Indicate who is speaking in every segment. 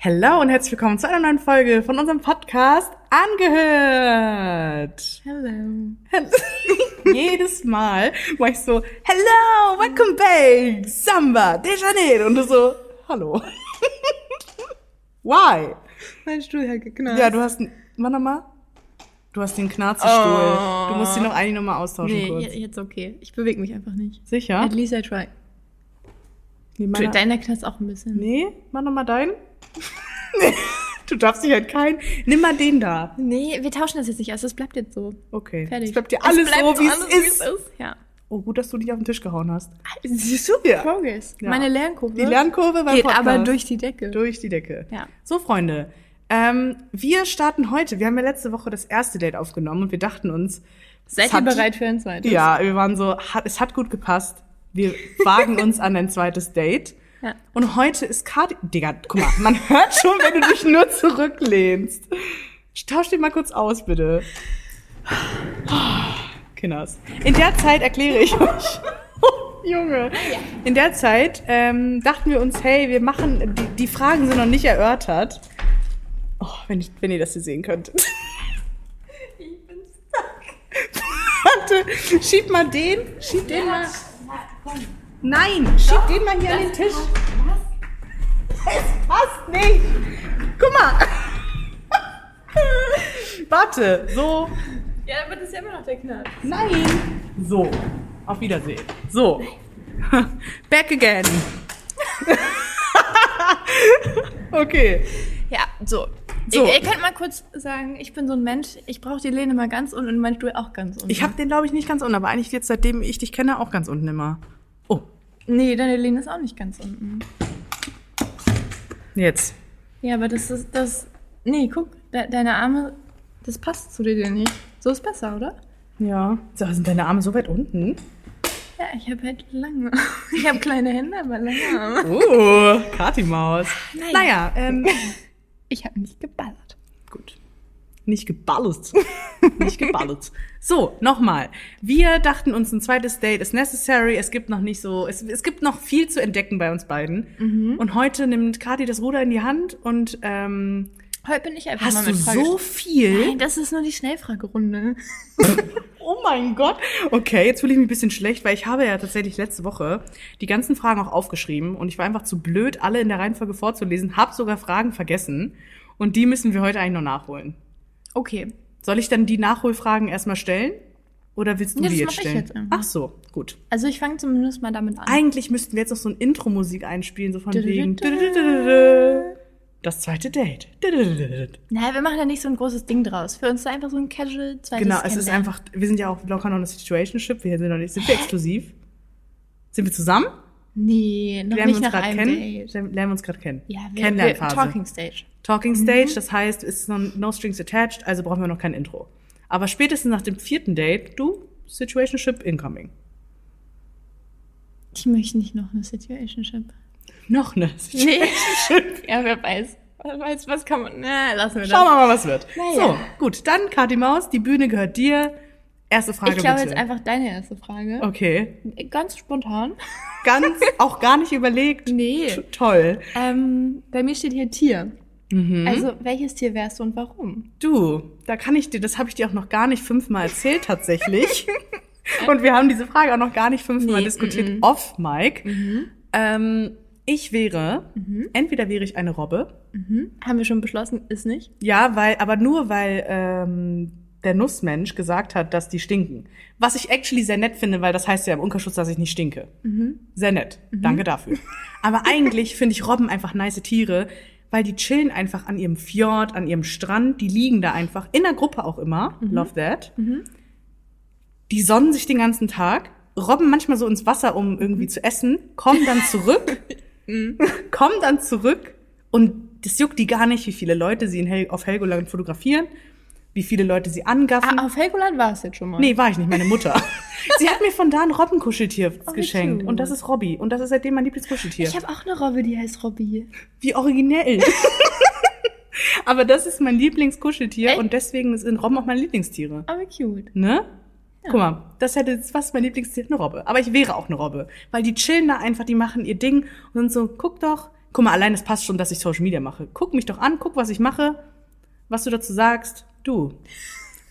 Speaker 1: Hallo und herzlich willkommen zu einer neuen Folge von unserem Podcast Angehört.
Speaker 2: Hello.
Speaker 1: Jedes Mal war ich so, hello, welcome back, Samba, de Janeiro. Und du so, hallo. Why?
Speaker 2: Mein Stuhl hat geknallt.
Speaker 1: Ja, du hast, n- warte mal, du hast den Knarzestuhl.
Speaker 2: Oh.
Speaker 1: Du musst ihn noch eigentlich nochmal austauschen
Speaker 2: nee, Äh,
Speaker 1: kurz.
Speaker 2: je- jetzt okay. Ich bewege mich einfach nicht.
Speaker 1: Sicher?
Speaker 2: At least I try.
Speaker 1: Nee,
Speaker 2: Meiner
Speaker 1: meiner-
Speaker 2: Deiner knallt auch ein bisschen.
Speaker 1: nee mach nochmal deinen. Nee, du darfst dich halt keinen, nimm mal den da.
Speaker 2: Nee, wir tauschen das jetzt nicht aus. Das bleibt jetzt so.
Speaker 1: Okay,
Speaker 2: Fertig.
Speaker 1: es bleibt dir alles
Speaker 2: bleibt
Speaker 1: so, wie
Speaker 2: alles,
Speaker 1: es ist.
Speaker 2: Ja.
Speaker 1: Oh, gut, dass du dich auf den Tisch gehauen hast.
Speaker 2: Siehst du?
Speaker 1: Ja.
Speaker 2: Progress.
Speaker 1: Ja.
Speaker 2: Meine Lernkurve
Speaker 1: Die Lernkurve beim
Speaker 2: geht
Speaker 1: Podcast.
Speaker 2: aber durch die Decke.
Speaker 1: durch die Decke.
Speaker 2: Ja.
Speaker 1: So, Freunde, ähm, wir starten heute. Wir haben ja letzte Woche das erste Date aufgenommen und wir dachten uns,
Speaker 2: Seid
Speaker 1: es
Speaker 2: ihr
Speaker 1: hat-
Speaker 2: bereit für ein zweites?
Speaker 1: Ja, wir waren so, hat, es hat gut gepasst. Wir wagen uns an ein zweites Date.
Speaker 2: Ja.
Speaker 1: Und heute ist Kati. Digga, guck mal, man hört schon, wenn du dich nur zurücklehnst. Tausch dich mal kurz aus, bitte. Kinders. In der Zeit erkläre ich euch. Junge.
Speaker 2: Ah,
Speaker 1: In der Zeit ähm, dachten wir uns, hey, wir machen, die, die Fragen sind noch nicht erörtert. Oh, wenn, ich, wenn ihr das hier sehen könnt. Warte, schieb mal den, schieb den mal. Nein, schieb den mal hier an den Tisch. Es passt nicht. Guck mal. Warte, so,
Speaker 2: ja, dann wird es ja immer noch der Knall.
Speaker 1: nein. So, auf Wiedersehen. So. Back again. okay.
Speaker 2: Ja, so.
Speaker 1: So.
Speaker 2: Ihr, ihr könnt mal kurz sagen, ich bin so ein Mensch, ich brauche die Lehne mal ganz unten und mein Stuhl auch ganz unten.
Speaker 1: Ich habe den, glaube ich, nicht ganz unten, aber eigentlich jetzt, seitdem ich dich kenne, auch ganz unten immer. Oh,
Speaker 2: Nee, deine Lehne ist auch nicht ganz unten.
Speaker 1: jetzt.
Speaker 2: Ja, aber das ist das. Nee, guck, de deine Arme, das passt zu dir nicht. So ist besser, oder?
Speaker 1: Ja. So, sind deine Arme so weit unten?
Speaker 2: Ja, ich habe halt lange. Ich habe kleine Hände, aber lange Arme.
Speaker 1: Oh, Kati Maus.
Speaker 2: Naja.
Speaker 1: Naja, ähm,
Speaker 2: Ich habe nicht geballert.
Speaker 1: gut. Nicht geballert. nicht geballert. So, nochmal. Wir dachten uns, ein zweites Date ist necessary. Es gibt noch nicht so, es, es gibt noch viel zu entdecken bei uns beiden.
Speaker 2: Mhm.
Speaker 1: Und heute nimmt Kati das Ruder in die Hand und ähm,
Speaker 2: Heute bin ich einfach mal
Speaker 1: hast du
Speaker 2: mit Frage-
Speaker 1: so viel.
Speaker 2: Nein, das ist nur die Schnellfragerunde.
Speaker 1: Oh mein Gott. Okay, jetzt fühle ich mich ein bisschen schlecht, weil ich habe ja tatsächlich letzte Woche die ganzen Fragen auch aufgeschrieben und ich war einfach zu blöd, alle in der Reihenfolge vorzulesen, habe sogar Fragen vergessen und die müssen wir heute eigentlich noch nachholen.
Speaker 2: Okay.
Speaker 1: Soll ich dann die Nachholfragen erstmal stellen oder willst du
Speaker 2: Ja,
Speaker 1: die jetzt
Speaker 2: das mach ich
Speaker 1: stellen?
Speaker 2: jetzt einfach. Ah.
Speaker 1: Ach so, gut.
Speaker 2: Also ich fange zumindest mal damit an.
Speaker 1: Eigentlich müssten wir jetzt noch so ein Intro-Musik einspielen, so von wegen das zweite Date.
Speaker 2: Naja, wir machen da nicht so ein großes Ding draus. Für uns ist einfach so ein casual zweites
Speaker 1: Genau, es ist
Speaker 2: Kennenlernen.
Speaker 1: einfach, wir sind ja auch locker noch eine Situationship, wir sind noch nicht, sind wir exklusiv? Sind wir zusammen?
Speaker 2: Nee,
Speaker 1: Lernen
Speaker 2: noch
Speaker 1: wir
Speaker 2: nicht
Speaker 1: uns
Speaker 2: nach
Speaker 1: gerade
Speaker 2: einem
Speaker 1: kennen?
Speaker 2: Date.
Speaker 1: Lernen wir uns gerade kennen.
Speaker 2: Ja, wir, wir
Speaker 1: Kennenlernphase.
Speaker 2: Talking Mhm. Stage.
Speaker 1: Talking Stage, das heißt, es ist noch no strings attached, also brauchen wir noch kein Intro. Aber spätestens nach dem vierten Date, du, Situationship incoming.
Speaker 2: Ich möchte nicht noch eine Situationship.
Speaker 1: Noch eine
Speaker 2: Nee.
Speaker 1: Situationship.
Speaker 2: Ja, wer weiß. Wer weiß, was kann man. Na, lassen wir das.
Speaker 1: Schauen wir mal, was wird.
Speaker 2: Naja.
Speaker 1: So, gut, dann Kati Maus, die Bühne gehört dir. Erste Frage
Speaker 2: ich glaube
Speaker 1: bitte.
Speaker 2: jetzt einfach deine erste Frage.
Speaker 1: Okay.
Speaker 2: Ganz spontan.
Speaker 1: Ganz, auch gar nicht überlegt.
Speaker 2: Nee.
Speaker 1: T- Toll.
Speaker 2: Ähm, bei mir steht hier Tier. Also, welches Tier wärst du und warum?
Speaker 1: Du, da kann ich dir, das habe ich dir auch noch gar nicht fünfmal erzählt tatsächlich. Und wir haben diese Frage auch noch gar nicht fünfmal
Speaker 2: Nee,
Speaker 1: diskutiert
Speaker 2: mhm.
Speaker 1: off Mike. Ähm, ich wäre,
Speaker 2: Mhm.
Speaker 1: entweder wäre ich eine Robbe,
Speaker 2: Haben wir schon beschlossen, ist nicht.
Speaker 1: ja, weil, aber nur weil ähm, der Nussmensch gesagt hat, dass die stinken. Was ich actually sehr nett finde, weil das heißt ja im Umkehrschluss, dass ich nicht stinke. Sehr nett. Danke dafür. Aber eigentlich finde ich Robben einfach nice Tiere, weil die chillen einfach an ihrem Fjord, an ihrem Strand, die liegen da einfach, in der Gruppe auch immer. Love that. Die sonnen sich den ganzen Tag, robben manchmal so ins Wasser, um irgendwie zu essen, kommen dann zurück, kommen dann zurück und das juckt die gar nicht, wie viele Leute sie in Hel auf Helgoland fotografieren, wie viele Leute sie angaffen.
Speaker 2: Ah, auf Helgoland war es jetzt schon mal.
Speaker 1: Nee, war ich nicht, meine Mutter. Sie hat mir von da ein Robbenkuscheltier
Speaker 2: Oh, wie
Speaker 1: geschenkt.
Speaker 2: cute.
Speaker 1: Und das ist Robby. Und das ist seitdem mein Lieblingskuscheltier.
Speaker 2: Ich habe auch eine Robbe, die heißt Robby.
Speaker 1: Wie originell. Aber das ist mein Lieblingskuscheltier
Speaker 2: Echt?
Speaker 1: und deswegen sind Robben auch meine Lieblingstiere.
Speaker 2: Aber cute.
Speaker 1: Ne? Guck mal, das hätte jetzt fast mein Lieblingstier, eine Robbe. Aber ich wäre auch eine Robbe. Weil die chillen da einfach, die machen ihr Ding und sind so, guck doch, Guck mal, allein es passt schon, dass ich Social Media mache. Guck mich doch an, guck, was ich mache, was du dazu sagst. Du.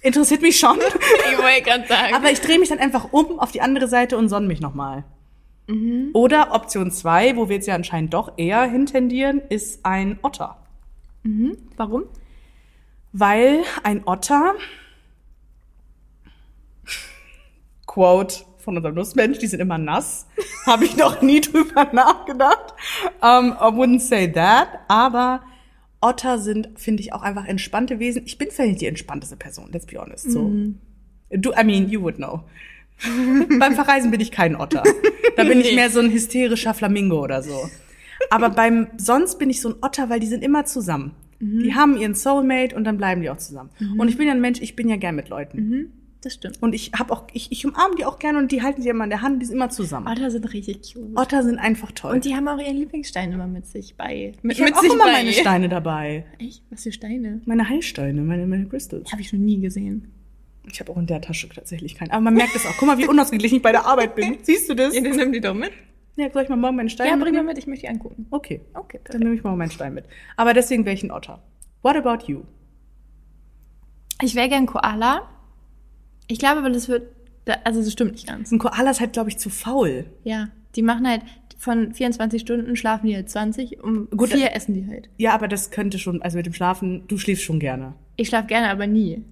Speaker 1: Interessiert mich schon.
Speaker 2: Ich wollte gerade sagen.
Speaker 1: Aber ich drehe mich dann einfach um auf die andere Seite und sonne mich nochmal. Oder Option 2, wo wir jetzt ja anscheinend doch eher hintendieren, ist ein Otter.
Speaker 2: Warum?
Speaker 1: Weil ein Otter, Quote von unserem Nussmensch, die sind immer nass, habe ich noch nie drüber nachgedacht. Um, I wouldn't say that, aber Otter sind, finde ich, auch einfach entspannte Wesen. Ich bin vielleicht nicht die entspannteste Person, let's be honest. So. Du, I mean, you would know. beim Verreisen bin ich kein Otter. Da bin ich
Speaker 2: Nee.
Speaker 1: mehr so ein hysterischer Flamingo oder so. Aber beim sonst bin ich so ein Otter, weil die sind immer zusammen. Die haben ihren Soulmate und dann bleiben die auch zusammen. Und ich bin ja ein Mensch, ich bin ja gern mit Leuten.
Speaker 2: Das stimmt.
Speaker 1: Und ich habe auch, ich, ich umarme die auch gerne und die halten sie immer in der Hand, die sind immer zusammen.
Speaker 2: Otter sind richtig cute.
Speaker 1: Otter sind einfach toll.
Speaker 2: Ah, Und die haben auch ihren Lieblingsstein immer mit sich bei. Mit,
Speaker 1: ich habe auch immer meine Steine dabei.
Speaker 2: Echt? Was für Steine?
Speaker 1: Meine Heilsteine, meine, meine Crystals.
Speaker 2: Habe ich noch nie gesehen.
Speaker 1: Ich habe auch in der Tasche tatsächlich keinen. Aber man merkt es auch. Guck mal, wie unausgeglichen ich bei der Arbeit bin. Siehst du das?
Speaker 2: dann nimm die doch mit.
Speaker 1: Ja, soll ich mal morgen meinen Stein
Speaker 2: Ja, bring
Speaker 1: mitnehmen?
Speaker 2: mal mit, ich möchte die angucken.
Speaker 1: Okay,
Speaker 2: Okay,
Speaker 1: dann nehme ich mal meinen Stein mit. Aber deswegen wäre ich ein Otter. What about you?
Speaker 2: Ich wäre gern Koala. Ich glaube, weil das wird. da- Also, das stimmt nicht ganz.
Speaker 1: Ein Koala ist halt, glaube ich, zu faul.
Speaker 2: Ja, die machen halt von 24 Stunden schlafen die halt 20, um
Speaker 1: Gut, äh
Speaker 2: vier essen die halt.
Speaker 1: Ja, aber das könnte schon, also mit dem Schlafen, du schläfst schon gerne.
Speaker 2: Ich schlafe gerne, aber nie.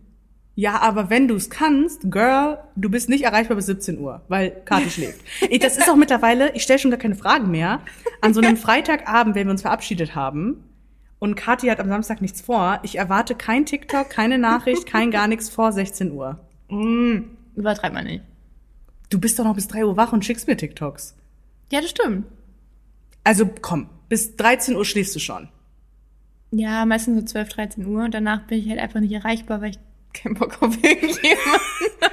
Speaker 1: Ja, aber wenn du es kannst, Girl, du bist nicht erreichbar bis 17 Uhr, weil Kati schläft. Ich, das ist auch mittlerweile, ich stelle schon gar keine Fragen mehr. An so einem Freitagabend, wenn wir uns verabschiedet haben und Kati hat am Samstag nichts vor, ich erwarte kein TikTok, keine Nachricht, kein gar nichts vor 16 Uhr.
Speaker 2: Übertreib mal nicht.
Speaker 1: Du bist doch noch bis 3 Uhr wach und schickst mir TikToks.
Speaker 2: Ja, das stimmt.
Speaker 1: Also komm, bis 13 Uhr schläfst du schon.
Speaker 2: Ja, meistens so 12, 13 Uhr und danach bin ich halt einfach nicht erreichbar, weil ich keinen Bock auf irgendjemanden.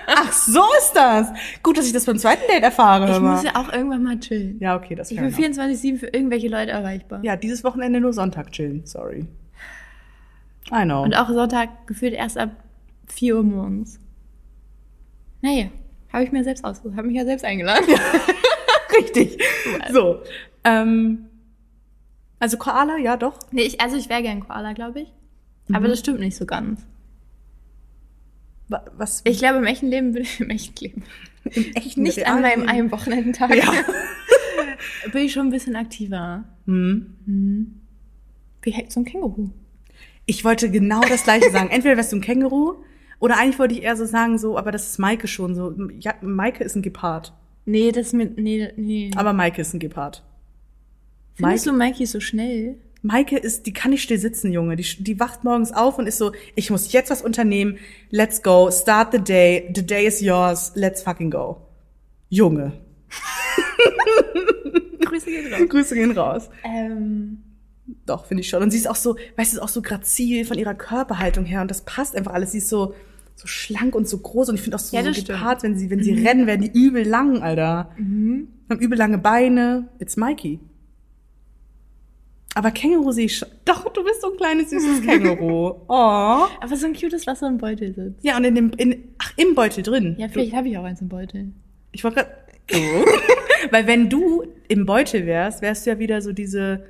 Speaker 1: Ach, so ist das. Gut, dass ich das beim zweiten Date erfahre.
Speaker 2: Ich
Speaker 1: hör mal.
Speaker 2: muss ja auch irgendwann mal chillen.
Speaker 1: ja, okay, das
Speaker 2: ich
Speaker 1: fair
Speaker 2: bin
Speaker 1: enough.
Speaker 2: 24-7 für irgendwelche Leute erreichbar.
Speaker 1: Ja, dieses Wochenende nur Sonntag chillen, sorry. I know.
Speaker 2: Und auch Sonntag gefühlt erst ab 4 Uhr morgens. Naja, habe ich mir selbst ausgesucht, habe mich ja selbst eingeladen.
Speaker 1: Richtig. So. Ähm, also Koala, ja doch.
Speaker 2: Nee, ich, also ich wäre gern Koala, glaube ich. Aber das stimmt nicht so ganz.
Speaker 1: Wa- Was
Speaker 2: Ich glaube, im echten Leben bin ich im echten Leben.
Speaker 1: im echten
Speaker 2: Nicht an
Speaker 1: realen
Speaker 2: meinem
Speaker 1: Leben-
Speaker 2: einen Wochenendtag.
Speaker 1: Ja.
Speaker 2: bin ich schon ein bisschen aktiver.
Speaker 1: Hm.
Speaker 2: Wie halt so ein Känguru.
Speaker 1: Ich wollte genau das gleiche sagen. Entweder wärst du ein Känguru oder eigentlich wollte ich eher so sagen, so, aber das ist Maike schon so. Ja, Maike ist ein Gepard.
Speaker 2: Nee, das mit. Nee, nee.
Speaker 1: Aber Maike ist ein Gepard.
Speaker 2: Findest du Mikey so schnell?
Speaker 1: Maike ist, die kann nicht still sitzen, Junge. Die, die wacht morgens auf und ist so, ich muss jetzt was unternehmen. Let's go. Start the day. The day is yours. Let's fucking go. Junge.
Speaker 2: Grüße gehen raus.
Speaker 1: Grüße gehen raus.
Speaker 2: Ähm,
Speaker 1: Doch, finde ich schon. Und sie ist auch so, weißt du, ist auch so grazil von ihrer Körperhaltung her und das passt einfach alles. Sie ist so, so schlank und so groß und ich finde auch so,
Speaker 2: Ja,
Speaker 1: so
Speaker 2: das stimmt. Mhm.
Speaker 1: gepaart, wenn sie, wenn sie rennen, werden die übel lang, Alter. Haben übel lange Beine. It's Mikey. Aber Känguru sehe ich schon. Doch, du bist so ein kleines, süßes Känguru. Oh.
Speaker 2: aber so ein cutes, was so im Beutel sitzt.
Speaker 1: Ja, und in dem, in, ach, im Beutel drin.
Speaker 2: Ja,
Speaker 1: du,
Speaker 2: vielleicht habe ich auch eins im Beutel.
Speaker 1: ich wollte gerade,
Speaker 2: Oh.
Speaker 1: weil wenn du im Beutel wärst, wärst du ja wieder so diese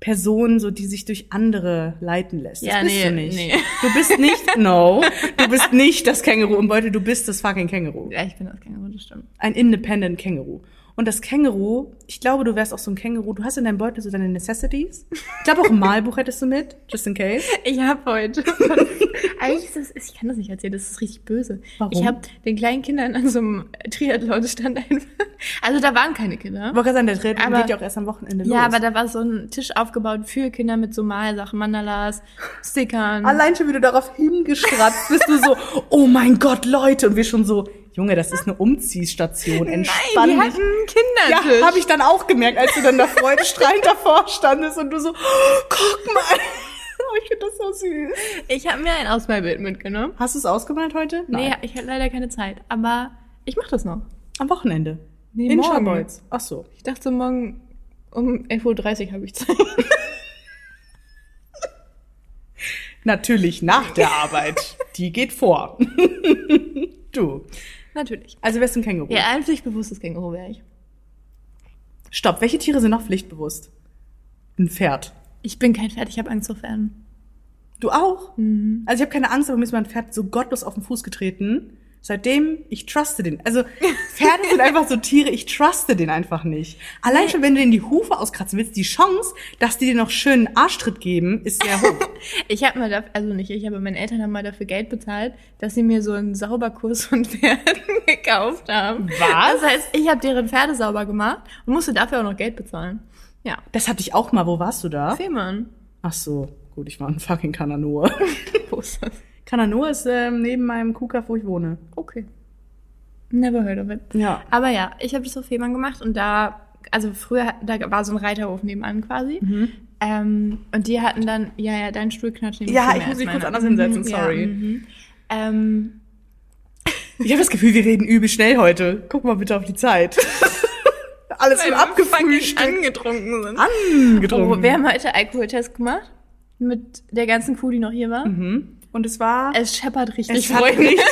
Speaker 1: Person, so die sich durch andere leiten lässt.
Speaker 2: Ja,
Speaker 1: das bist
Speaker 2: nee,
Speaker 1: du nicht.
Speaker 2: nee.
Speaker 1: Du bist nicht, no, du bist nicht das Känguru im Beutel, du bist das fucking Känguru.
Speaker 2: Ja, ich bin das Känguru, das stimmt.
Speaker 1: Ein independent Känguru. Und das Känguru, ich glaube, du wärst auch so ein Känguru. Du hast in deinem Beutel so deine Necessities. Ich glaube, auch ein Malbuch hättest du mit, just in case.
Speaker 2: Ich habe heute. Eigentlich ist das, ich kann das nicht erzählen, das ist richtig böse.
Speaker 1: Warum?
Speaker 2: Ich habe den kleinen Kindern an so einem Triathlon stand einfach. Also da waren keine Kinder.
Speaker 1: Ich wollte gerade sagen, der Triathlon
Speaker 2: Aber-
Speaker 1: geht ja auch erst am Wochenende los.
Speaker 2: Ja, aber da war so ein Tisch aufgebaut für Kinder mit so Malsachen, Mandalas, Stickern.
Speaker 1: Allein schon, wie du darauf hingestratzt bist, du so, oh mein Gott, Leute. Und wir schon so, Junge, das ist eine Umziehstation,
Speaker 2: Nein,
Speaker 1: entspann
Speaker 2: die
Speaker 1: dich.
Speaker 2: hatten einen Kindertisch.
Speaker 1: Ja, habe ich dann auch gemerkt, als du dann da freudestrahlend davor standest und du so, oh, guck mal. Oh, ich finde das so süß.
Speaker 2: Ich habe mir ein Ausmalbild mitgenommen.
Speaker 1: Hast du es ausgemalt heute?
Speaker 2: Nee, ich hatte leider keine Zeit, aber ich mache das noch.
Speaker 1: Am Wochenende.
Speaker 2: Nee,
Speaker 1: In
Speaker 2: morgen.
Speaker 1: Schabolz. Ach so.
Speaker 2: Ich dachte, morgen um 11.30 Uhr habe ich Zeit.
Speaker 1: Natürlich nach der Arbeit. Die geht vor. du.
Speaker 2: Natürlich.
Speaker 1: Also wärst du ein Känguru.
Speaker 2: Ja, ein pflichtbewusstes Känguru wäre ich.
Speaker 1: Stopp, welche Tiere sind noch pflichtbewusst? ein Pferd.
Speaker 2: Ich bin kein Pferd, ich habe Angst vor Pferden.
Speaker 1: Du auch? Also ich habe keine Angst, aber mir ist mein Pferd so gottlos auf den Fuß getreten. Seitdem, ich truste den. Also Pferde sind einfach so Tiere, ich truste den einfach nicht. Allein schon, wenn du denen die Hufe auskratzen willst, die Chance, dass die dir noch schönen Arschtritt geben, ist sehr hoch.
Speaker 2: Ich habe mal dafür, also nicht ich, aber meine Eltern haben mal dafür Geld bezahlt, dass sie mir so einen Sauberkurs von Pferden gekauft haben.
Speaker 1: Was?
Speaker 2: Das heißt, ich habe deren Pferde sauber gemacht und musste dafür auch noch Geld bezahlen. Ja.
Speaker 1: Das hatte ich auch mal. Wo warst du da?
Speaker 2: Fehmarn.
Speaker 1: Ach so, gut, ich war in fucking Kananoa.
Speaker 2: Wo ist das?
Speaker 1: Kananoa ist ähm, neben meinem Kuhkaff, wo ich wohne.
Speaker 2: Okay. Never heard of it.
Speaker 1: Ja.
Speaker 2: Aber ja, ich habe das auf Fehmarn gemacht und da, also früher, da war so ein Reiterhof nebenan quasi.
Speaker 1: Mhm.
Speaker 2: Ähm, und die hatten dann, ja, ja, dein Stuhl knatscht nämlich
Speaker 1: Ja, ich
Speaker 2: viel
Speaker 1: muss
Speaker 2: mehr als
Speaker 1: mich kurz
Speaker 2: meiner.
Speaker 1: anders hinsetzen,
Speaker 2: Mhm,
Speaker 1: sorry.
Speaker 2: Ja, mhm. ähm,
Speaker 1: Ich habe das Gefühl, wir reden übel schnell heute. Guck mal bitte auf die Zeit. Alles wird abgefrühstückt.
Speaker 2: angetrunken sind. Oh,
Speaker 1: Angetrunken.
Speaker 2: wir haben heute Alkoholtest gemacht. Mit der ganzen Crew, die noch hier war.
Speaker 1: Mhm. Und es war...
Speaker 2: Es scheppert richtig.
Speaker 1: es hat
Speaker 2: Freunde.
Speaker 1: nicht...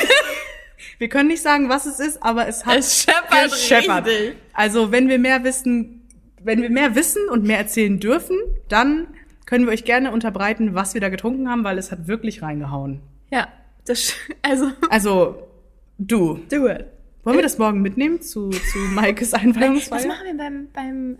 Speaker 1: Wir können nicht sagen, was es ist, aber es hat
Speaker 2: Es scheppert
Speaker 1: gescheppert.
Speaker 2: richtig.
Speaker 1: Also, wenn wir mehr wissen, wenn wir mehr wissen und mehr erzählen dürfen, dann können wir euch gerne unterbreiten, was wir da getrunken haben, weil es hat wirklich reingehauen.
Speaker 2: Ja, das, sch- also,
Speaker 1: Also, du,
Speaker 2: do it.
Speaker 1: wollen wir das morgen mitnehmen zu, zu Maikes
Speaker 2: Was
Speaker 1: Einweihungsfeier?
Speaker 2: machen wir beim, beim,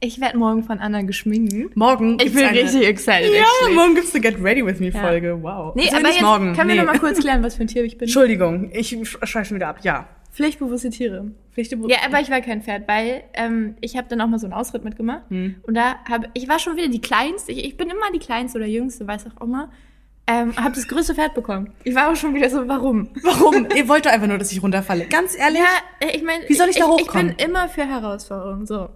Speaker 2: ich werde morgen von Anna geschminken.
Speaker 1: Morgen
Speaker 2: Ich
Speaker 1: gibt's
Speaker 2: bin
Speaker 1: eine-
Speaker 2: richtig excited,
Speaker 1: Ja,
Speaker 2: actually.
Speaker 1: morgen gibt's eine Get Ready With Me Folge. Wow.
Speaker 2: Nee,
Speaker 1: Also
Speaker 2: aber
Speaker 1: nicht
Speaker 2: jetzt
Speaker 1: morgen.
Speaker 2: können wir
Speaker 1: nee.
Speaker 2: noch mal kurz klären, was für ein Tier ich bin.
Speaker 1: Entschuldigung, ich schreibe schon wieder ab. Ja.
Speaker 2: Pflichtbewusste Tiere.
Speaker 1: Pflichtebewusst.
Speaker 2: Ja, aber ich war kein Pferd, weil ähm, ich habe dann auch mal so einen Ausritt mitgemacht. Und da habe ich war schon wieder die Kleinste. Ich, ich bin immer die Kleinste oder Jüngste, weiß auch immer. Ähm, habe das größte Pferd bekommen. Ich war auch schon wieder so, warum?
Speaker 1: Warum? Ihr wollt doch einfach nur, dass ich runterfalle. Ganz ehrlich.
Speaker 2: Ja, äh, ich meine,
Speaker 1: Wie soll ich da
Speaker 2: ich,
Speaker 1: hochkommen?
Speaker 2: bin immer für Herausforderungen, so.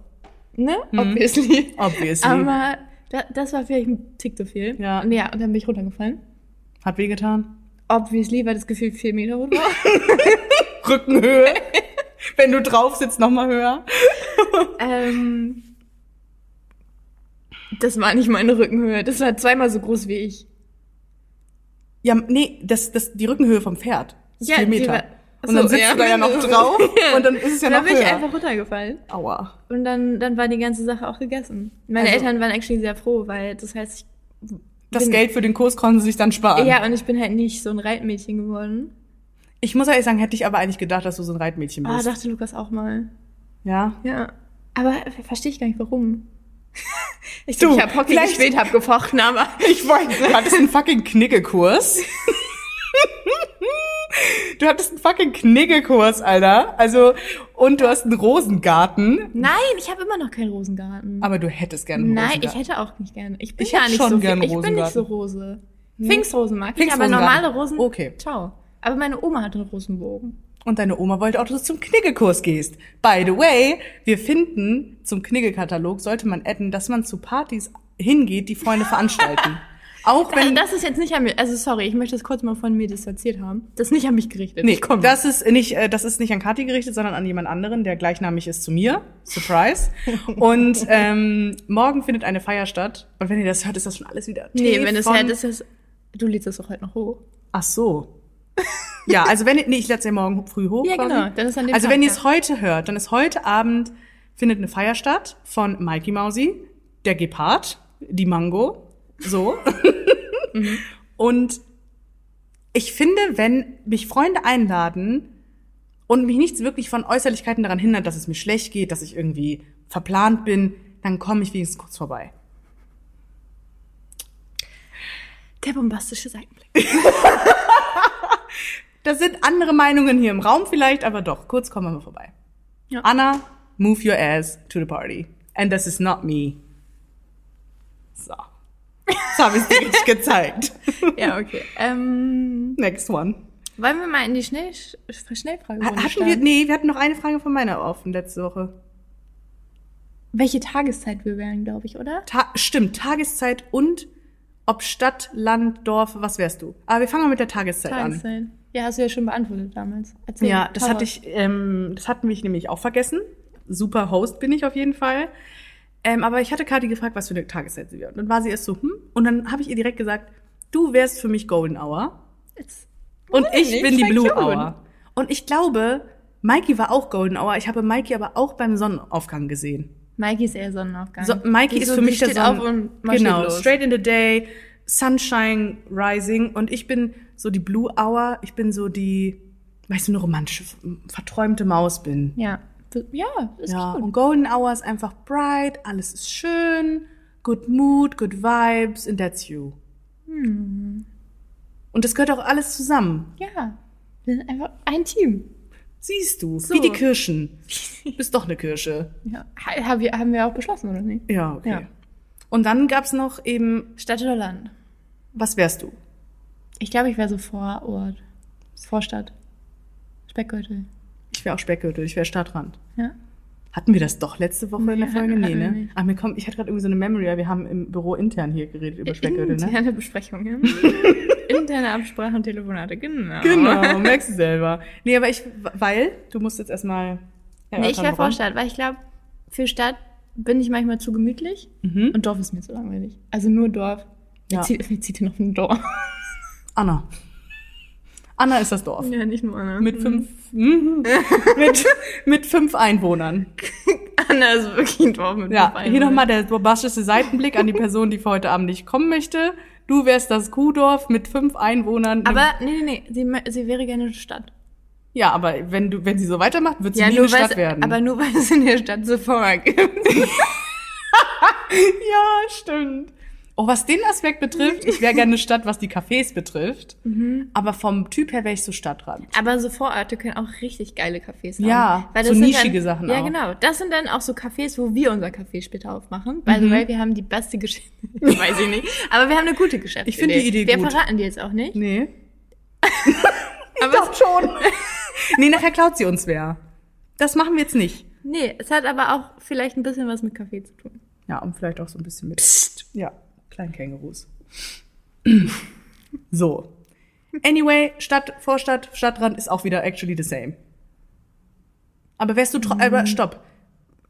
Speaker 2: Ne? Obviously.
Speaker 1: Obviously.
Speaker 2: Aber da, das war vielleicht ein Tick zu viel.
Speaker 1: Ja.
Speaker 2: Und ja, und dann bin ich runtergefallen.
Speaker 1: Hat wehgetan.
Speaker 2: Obviously, weil das Gefühl vier Meter hoch war.
Speaker 1: Rückenhöhe. Wenn du drauf sitzt, nochmal höher.
Speaker 2: Ähm, das war nicht meine Rückenhöhe. Das war zweimal so groß wie ich.
Speaker 1: Ja, nee, das, das, die Rückenhöhe vom Pferd. Ist
Speaker 2: Ja,
Speaker 1: vier
Speaker 2: die
Speaker 1: Meter.
Speaker 2: war-
Speaker 1: und dann
Speaker 2: Achso,
Speaker 1: sitzt
Speaker 2: ja.
Speaker 1: du da ja noch drauf. Und dann ist es ja
Speaker 2: da
Speaker 1: noch
Speaker 2: bin
Speaker 1: höher.
Speaker 2: ich einfach runtergefallen.
Speaker 1: Aua.
Speaker 2: Und dann, dann war die ganze Sache auch gegessen. Meine
Speaker 1: Also-
Speaker 2: Eltern waren actually sehr froh, weil das heißt, ich,
Speaker 1: Das
Speaker 2: Bin-
Speaker 1: Geld für den Kurs konnten sie sich dann sparen.
Speaker 2: ja, und ich bin halt nicht so ein Reitmädchen geworden.
Speaker 1: Ich muss ehrlich sagen, hätte ich aber eigentlich gedacht, dass du so ein Reitmädchen
Speaker 2: Ah,
Speaker 1: bist.
Speaker 2: dachte Lukas auch mal.
Speaker 1: ja.
Speaker 2: Ja. Aber ver- verstehe ich gar nicht, warum. Ich,
Speaker 1: Du,
Speaker 2: ich habe Hockey
Speaker 1: vielleicht-
Speaker 2: gespielt, habe gefochten, aber
Speaker 1: Ich weiß, du hattest einen fucking Kniggekurs. Du hattest einen fucking Kniggekurs, Alter. Also, und du hast einen Rosengarten.
Speaker 2: nein, ich habe immer noch keinen Rosengarten.
Speaker 1: Aber du hättest gerne einen
Speaker 2: Nein, ich
Speaker 1: Rosengarten.
Speaker 2: hätte auch nicht gerne. Ich bin
Speaker 1: Ich
Speaker 2: gar
Speaker 1: hätte
Speaker 2: nicht
Speaker 1: schon
Speaker 2: so
Speaker 1: gern
Speaker 2: ich bin nicht
Speaker 1: Rosengarten.
Speaker 2: so Rose. Pfingstrosen mag ich, aber
Speaker 1: Pfingstrosen
Speaker 2: normale
Speaker 1: gar nicht.
Speaker 2: Rosen.
Speaker 1: Okay.
Speaker 2: Ciao. Aber meine Oma hatte einen Rosenbogen.
Speaker 1: Und deine Oma wollte auch, dass du zum Kniggekurs gehst. By the way, wir finden, zum Kniggekatalog sollte man adden, dass man zu Partys hingeht, die Freunde veranstalten. auch
Speaker 2: Also
Speaker 1: wenn...
Speaker 2: das ist jetzt nicht an mir, also sorry, ich möchte das kurz mal von mir distanziert haben. Das ist nicht an mich gerichtet.
Speaker 1: Nee,
Speaker 2: Ich komme.
Speaker 1: das ist nicht, äh, das ist nicht an Kathi gerichtet, sondern an jemand anderen, der gleichnamig ist zu mir. Surprise. Und ähm, morgen findet eine Feier statt. Und wenn ihr das hört, ist das schon alles wieder.
Speaker 2: nee,
Speaker 1: Tee
Speaker 2: wenn es
Speaker 1: von-
Speaker 2: hält, ist das, du lädst das doch heute noch hoch.
Speaker 1: Ach so. Ja, also wenn ihr, nee, ich lade ja morgen früh hoch.
Speaker 2: Ja,
Speaker 1: quasi.
Speaker 2: genau, dann ist an dem
Speaker 1: Also
Speaker 2: Tag,
Speaker 1: wenn ihr
Speaker 2: ja.
Speaker 1: es heute hört, dann ist heute Abend findet eine Feier statt von Mikey Mausi, der Gepard, die Mango, so. Und ich finde, wenn mich Freunde einladen und mich nichts wirklich von Äußerlichkeiten daran hindert, dass es mir schlecht geht, dass ich irgendwie verplant bin, dann komme ich wenigstens kurz vorbei.
Speaker 2: Der bombastische Seitenblick.
Speaker 1: Das sind andere Meinungen hier im Raum vielleicht, aber doch, kurz kommen wir mal vorbei.
Speaker 2: Ja.
Speaker 1: Anna, move your ass to the party. And this is not me. So. Jetzt habe ich dir richtig gezeigt.
Speaker 2: ja, okay. Ähm,
Speaker 1: Next one.
Speaker 2: wollen wir mal in die Schnell Schnellfrage
Speaker 1: Ha- Hatten wir, nee, wir hatten noch eine Frage von meiner offen letzte Woche.
Speaker 2: Welche Tageszeit wir wären, glaube ich, oder?
Speaker 1: Ta stimmt, Tageszeit und ob Stadt, Land, Dorf, was wärst du? Aber wir fangen mal mit der Tageszeit, an.
Speaker 2: Tageszeit. Ja, hast du ja schon beantwortet damals. Erzähl,
Speaker 1: Ja, das
Speaker 2: hau
Speaker 1: hatte
Speaker 2: raus.
Speaker 1: ich, ähm, das hatten wir nämlich auch vergessen. Super Host bin ich auf jeden Fall. Ähm, aber ich hatte Kathi gefragt, was für eine Tageszeit sie wäre. Und dann war sie erst so, hm? Und dann habe ich ihr direkt gesagt, du wärst für mich Golden Hour
Speaker 2: Jetzt-
Speaker 1: und ich
Speaker 2: nicht,
Speaker 1: bin die
Speaker 2: voll
Speaker 1: Blue
Speaker 2: cute.
Speaker 1: Hour. Und ich glaube, Mikey war auch Golden Hour. Ich habe Mikey aber auch beim Sonnenaufgang gesehen.
Speaker 2: Mikey ist eher Sonnenaufgang.
Speaker 1: So, Mikey
Speaker 2: Die
Speaker 1: ist
Speaker 2: so-
Speaker 1: für
Speaker 2: die
Speaker 1: mich der
Speaker 2: steht auf
Speaker 1: Sonnen-
Speaker 2: und marschiert
Speaker 1: Genau,
Speaker 2: los.
Speaker 1: straight in the day, Sunshine rising und ich bin so die Blue Hour, ich bin so die, weißt du, eine romantische, verträumte Maus bin.
Speaker 2: Ja. Ja, ist
Speaker 1: ja,
Speaker 2: gut.
Speaker 1: und Golden Hour ist einfach bright, alles ist schön, good mood, good vibes and that's you.
Speaker 2: Hm.
Speaker 1: Und das gehört auch alles zusammen.
Speaker 2: Ja. Wir sind einfach ein Team.
Speaker 1: Siehst du,
Speaker 2: So.
Speaker 1: wie die Kirschen. Bist doch eine Kirsche.
Speaker 2: Ja. Ha- Haben wir, haben wir auch beschlossen, oder nicht?
Speaker 1: Ja, okay.
Speaker 2: Ja.
Speaker 1: Und dann gab's noch eben,
Speaker 2: Stadt oder Land?
Speaker 1: was wärst du?
Speaker 2: Ich glaube, ich wäre so Vorort. Vorstadt. Speckgürtel.
Speaker 1: Ich wäre auch Speckgürtel, ich wäre Stadtrand.
Speaker 2: Ja.
Speaker 1: Hatten wir das doch letzte Woche in der
Speaker 2: Nee,
Speaker 1: Folge?
Speaker 2: hatten-
Speaker 1: Nee,
Speaker 2: hatten wir
Speaker 1: ne?
Speaker 2: nicht.
Speaker 1: Ach, mir kommt, ich hatte gerade irgendwie so eine Memory, weil wir haben im Büro intern hier geredet
Speaker 2: Äh,
Speaker 1: über Speckgürtel, ne?
Speaker 2: Interne Besprechungen. Interne Absprachen und Telefonate, genau.
Speaker 1: Genau, merkst du selber. Nee, aber ich, weil, du musst jetzt erstmal.
Speaker 2: Nee, ich wäre
Speaker 1: erörtern, warum.
Speaker 2: Vorstadt, weil ich glaube, für Stadt bin ich manchmal zu gemütlich
Speaker 1: Mhm.
Speaker 2: und Dorf ist mir zu langweilig. Also nur Dorf.
Speaker 1: Ja.
Speaker 2: Jetzt zieht, jetzt zieht ihr noch ein Dorf.
Speaker 1: Anna. Anna ist das Dorf.
Speaker 2: Ja, nicht nur ne? Anna.
Speaker 1: Mit fünf, mhm. mit, mit fünf Einwohnern.
Speaker 2: Anna ist also wirklich ein Dorf mit
Speaker 1: Ja,
Speaker 2: fünf
Speaker 1: hier
Speaker 2: Einwohnern.
Speaker 1: nochmal der bombastische Seitenblick an die Person, die für heute Abend nicht kommen möchte. Du wärst das Kuhdorf mit fünf Einwohnern.
Speaker 2: Aber nee, nee, nee, sie, mö- sie wäre gerne eine Stadt.
Speaker 1: ja, aber wenn du, wenn sie so weitermacht, wird sie nie eine Stadt
Speaker 2: weil,
Speaker 1: werden.
Speaker 2: aber nur weil es in der Stadt so Vorrang gibt.
Speaker 1: Ja, stimmt. Oh, was den Aspekt betrifft, ich wäre gerne eine Stadt, was die Cafés betrifft. Aber vom Typ her wäre ich so Stadtrand.
Speaker 2: Aber so Vororte können auch richtig geile Cafés haben.
Speaker 1: Ja, so
Speaker 2: sind
Speaker 1: nischige
Speaker 2: dann,
Speaker 1: Sachen
Speaker 2: Ja,
Speaker 1: auch.
Speaker 2: genau. Das sind dann auch so Cafés, wo wir unser Café später aufmachen. By
Speaker 1: Mhm.
Speaker 2: the way, wir haben die beste Geschichte. Weiß ich nicht. Aber wir haben eine gute Geschäftsidee.
Speaker 1: Ich finde die Idee
Speaker 2: Wir
Speaker 1: gut.
Speaker 2: verraten die jetzt auch nicht.
Speaker 1: Nee.
Speaker 2: aber es,
Speaker 1: Doch schon. nee, nachher klaut sie uns wer. Das machen wir jetzt nicht.
Speaker 2: nee, es hat aber auch vielleicht ein bisschen was mit Kaffee zu tun.
Speaker 1: Ja, und vielleicht auch so ein bisschen mit. Ja, Kleinkängurus. so. Anyway, Stadt, Vorstadt, Stadtrand ist auch wieder actually the same. Aber wärst du,
Speaker 2: Mhm.
Speaker 1: tro- aber stopp.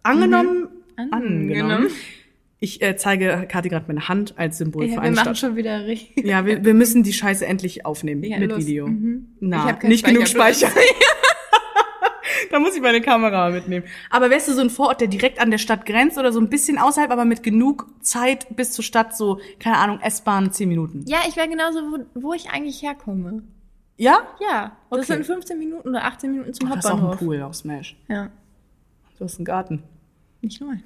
Speaker 1: Angenommen, angenommen. Ich äh, zeige Kathi gerade meine Hand als Symbol
Speaker 2: Ja,
Speaker 1: für
Speaker 2: wir
Speaker 1: eine
Speaker 2: machen
Speaker 1: Stadt.
Speaker 2: schon wieder richtig.
Speaker 1: Ja, wir, wir müssen die Scheiße endlich aufnehmen
Speaker 2: Ja,
Speaker 1: mit
Speaker 2: los.
Speaker 1: Video.
Speaker 2: Mhm. Ich
Speaker 1: Na,
Speaker 2: hab keinen
Speaker 1: nicht genug
Speaker 2: Speicherplatz.
Speaker 1: Speicher. da muss ich meine Kamera mitnehmen. Aber wärst du so ein Vorort, der direkt an der Stadt grenzt oder so ein bisschen außerhalb, aber mit genug Zeit bis zur Stadt, so, keine Ahnung, S-Bahn, 10 Minuten.
Speaker 2: Ja, ich wäre genauso, wo, wo ich eigentlich herkomme.
Speaker 1: Ja?
Speaker 2: Ja, das
Speaker 1: Okay.
Speaker 2: sind 15 Minuten oder 18 Minuten zum
Speaker 1: Du hast auch einen
Speaker 2: Hauptbahnhof.
Speaker 1: Pool auf Smash.
Speaker 2: Ja,
Speaker 1: Du hast einen Garten.
Speaker 2: nicht nur ein.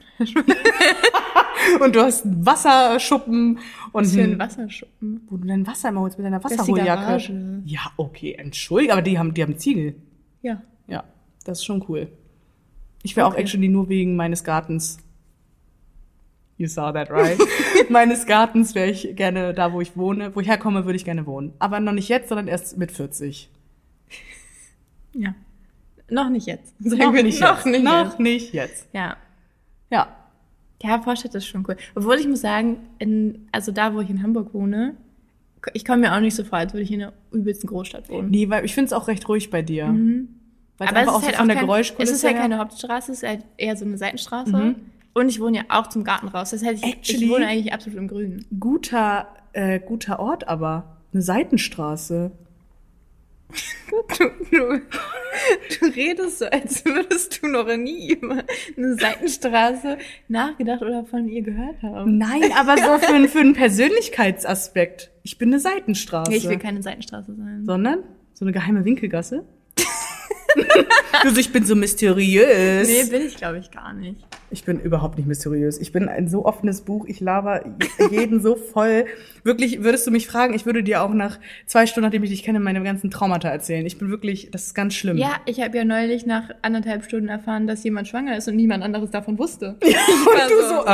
Speaker 1: Und du hast einen Wasserschuppen und
Speaker 2: Für einen
Speaker 1: einen,
Speaker 2: hm, Wasserschuppen.
Speaker 1: wo du dein Wasser immer holst mit deiner
Speaker 2: ist die
Speaker 1: Hm. Wasserholjacke.
Speaker 2: Garage.
Speaker 1: Ja, okay, entschuldige, aber die haben, die haben Ziegel.
Speaker 2: Ja.
Speaker 1: Ja, das ist schon cool. Ich wäre auch
Speaker 2: Okay.
Speaker 1: actually nur wegen meines Gartens. You saw that, right? meines Gartens wäre ich gerne da, wo ich wohne. Wo ich herkomme, würde ich gerne wohnen. Aber noch nicht jetzt, sondern erst mit 40.
Speaker 2: Ja. Noch nicht jetzt.
Speaker 1: noch
Speaker 2: Sagen wir
Speaker 1: nicht
Speaker 2: noch
Speaker 1: jetzt.
Speaker 2: nicht
Speaker 1: noch
Speaker 2: jetzt.
Speaker 1: nicht jetzt.
Speaker 2: Ja.
Speaker 1: Ja.
Speaker 2: Ja, Vorstadt ist schon cool. Obwohl ich muss sagen, in, also da, wo ich in Hamburg wohne, ich komme mir auch nicht so vor, als würde ich in der übelsten Großstadt wohnen.
Speaker 1: Nee, weil ich finde es auch recht ruhig bei dir.
Speaker 2: Mhm.
Speaker 1: Weil einfach auch so von der
Speaker 2: kein-
Speaker 1: Geräuschkulisse
Speaker 2: es ist halt
Speaker 1: her-
Speaker 2: keine Hauptstraße, es ist halt eher so eine Seitenstraße.
Speaker 1: Mhm.
Speaker 2: Und ich wohne ja auch zum Garten raus. Das heißt, ich,
Speaker 1: Actually-
Speaker 2: ich wohne eigentlich absolut im Grünen.
Speaker 1: guter, äh, guter Ort, aber eine Seitenstraße.
Speaker 2: Du, du, du redest so, als würdest du noch nie über eine Seitenstraße nachgedacht oder von ihr gehört haben.
Speaker 1: Nein, aber so für, einen- für einen Persönlichkeitsaspekt. Ich bin eine Seitenstraße.
Speaker 2: Nee, ich will keine Seitenstraße sein.
Speaker 1: sondern so eine geheime Winkelgasse. also ich bin so mysteriös.
Speaker 2: Nee, bin ich, glaube ich, gar nicht.
Speaker 1: ich bin überhaupt nicht mysteriös. Ich bin ein so offenes Buch. Ich laber jeden so voll. Wirklich, würdest du mich fragen, ich würde dir auch nach zwei Stunden, nachdem ich dich kenne, meine ganzen Traumata erzählen. Ich bin wirklich, das ist ganz schlimm.
Speaker 2: Ja, ich habe ja neulich nach anderthalb Stunden erfahren, dass jemand schwanger ist und niemand anderes davon wusste. Ja, und
Speaker 1: Und du so,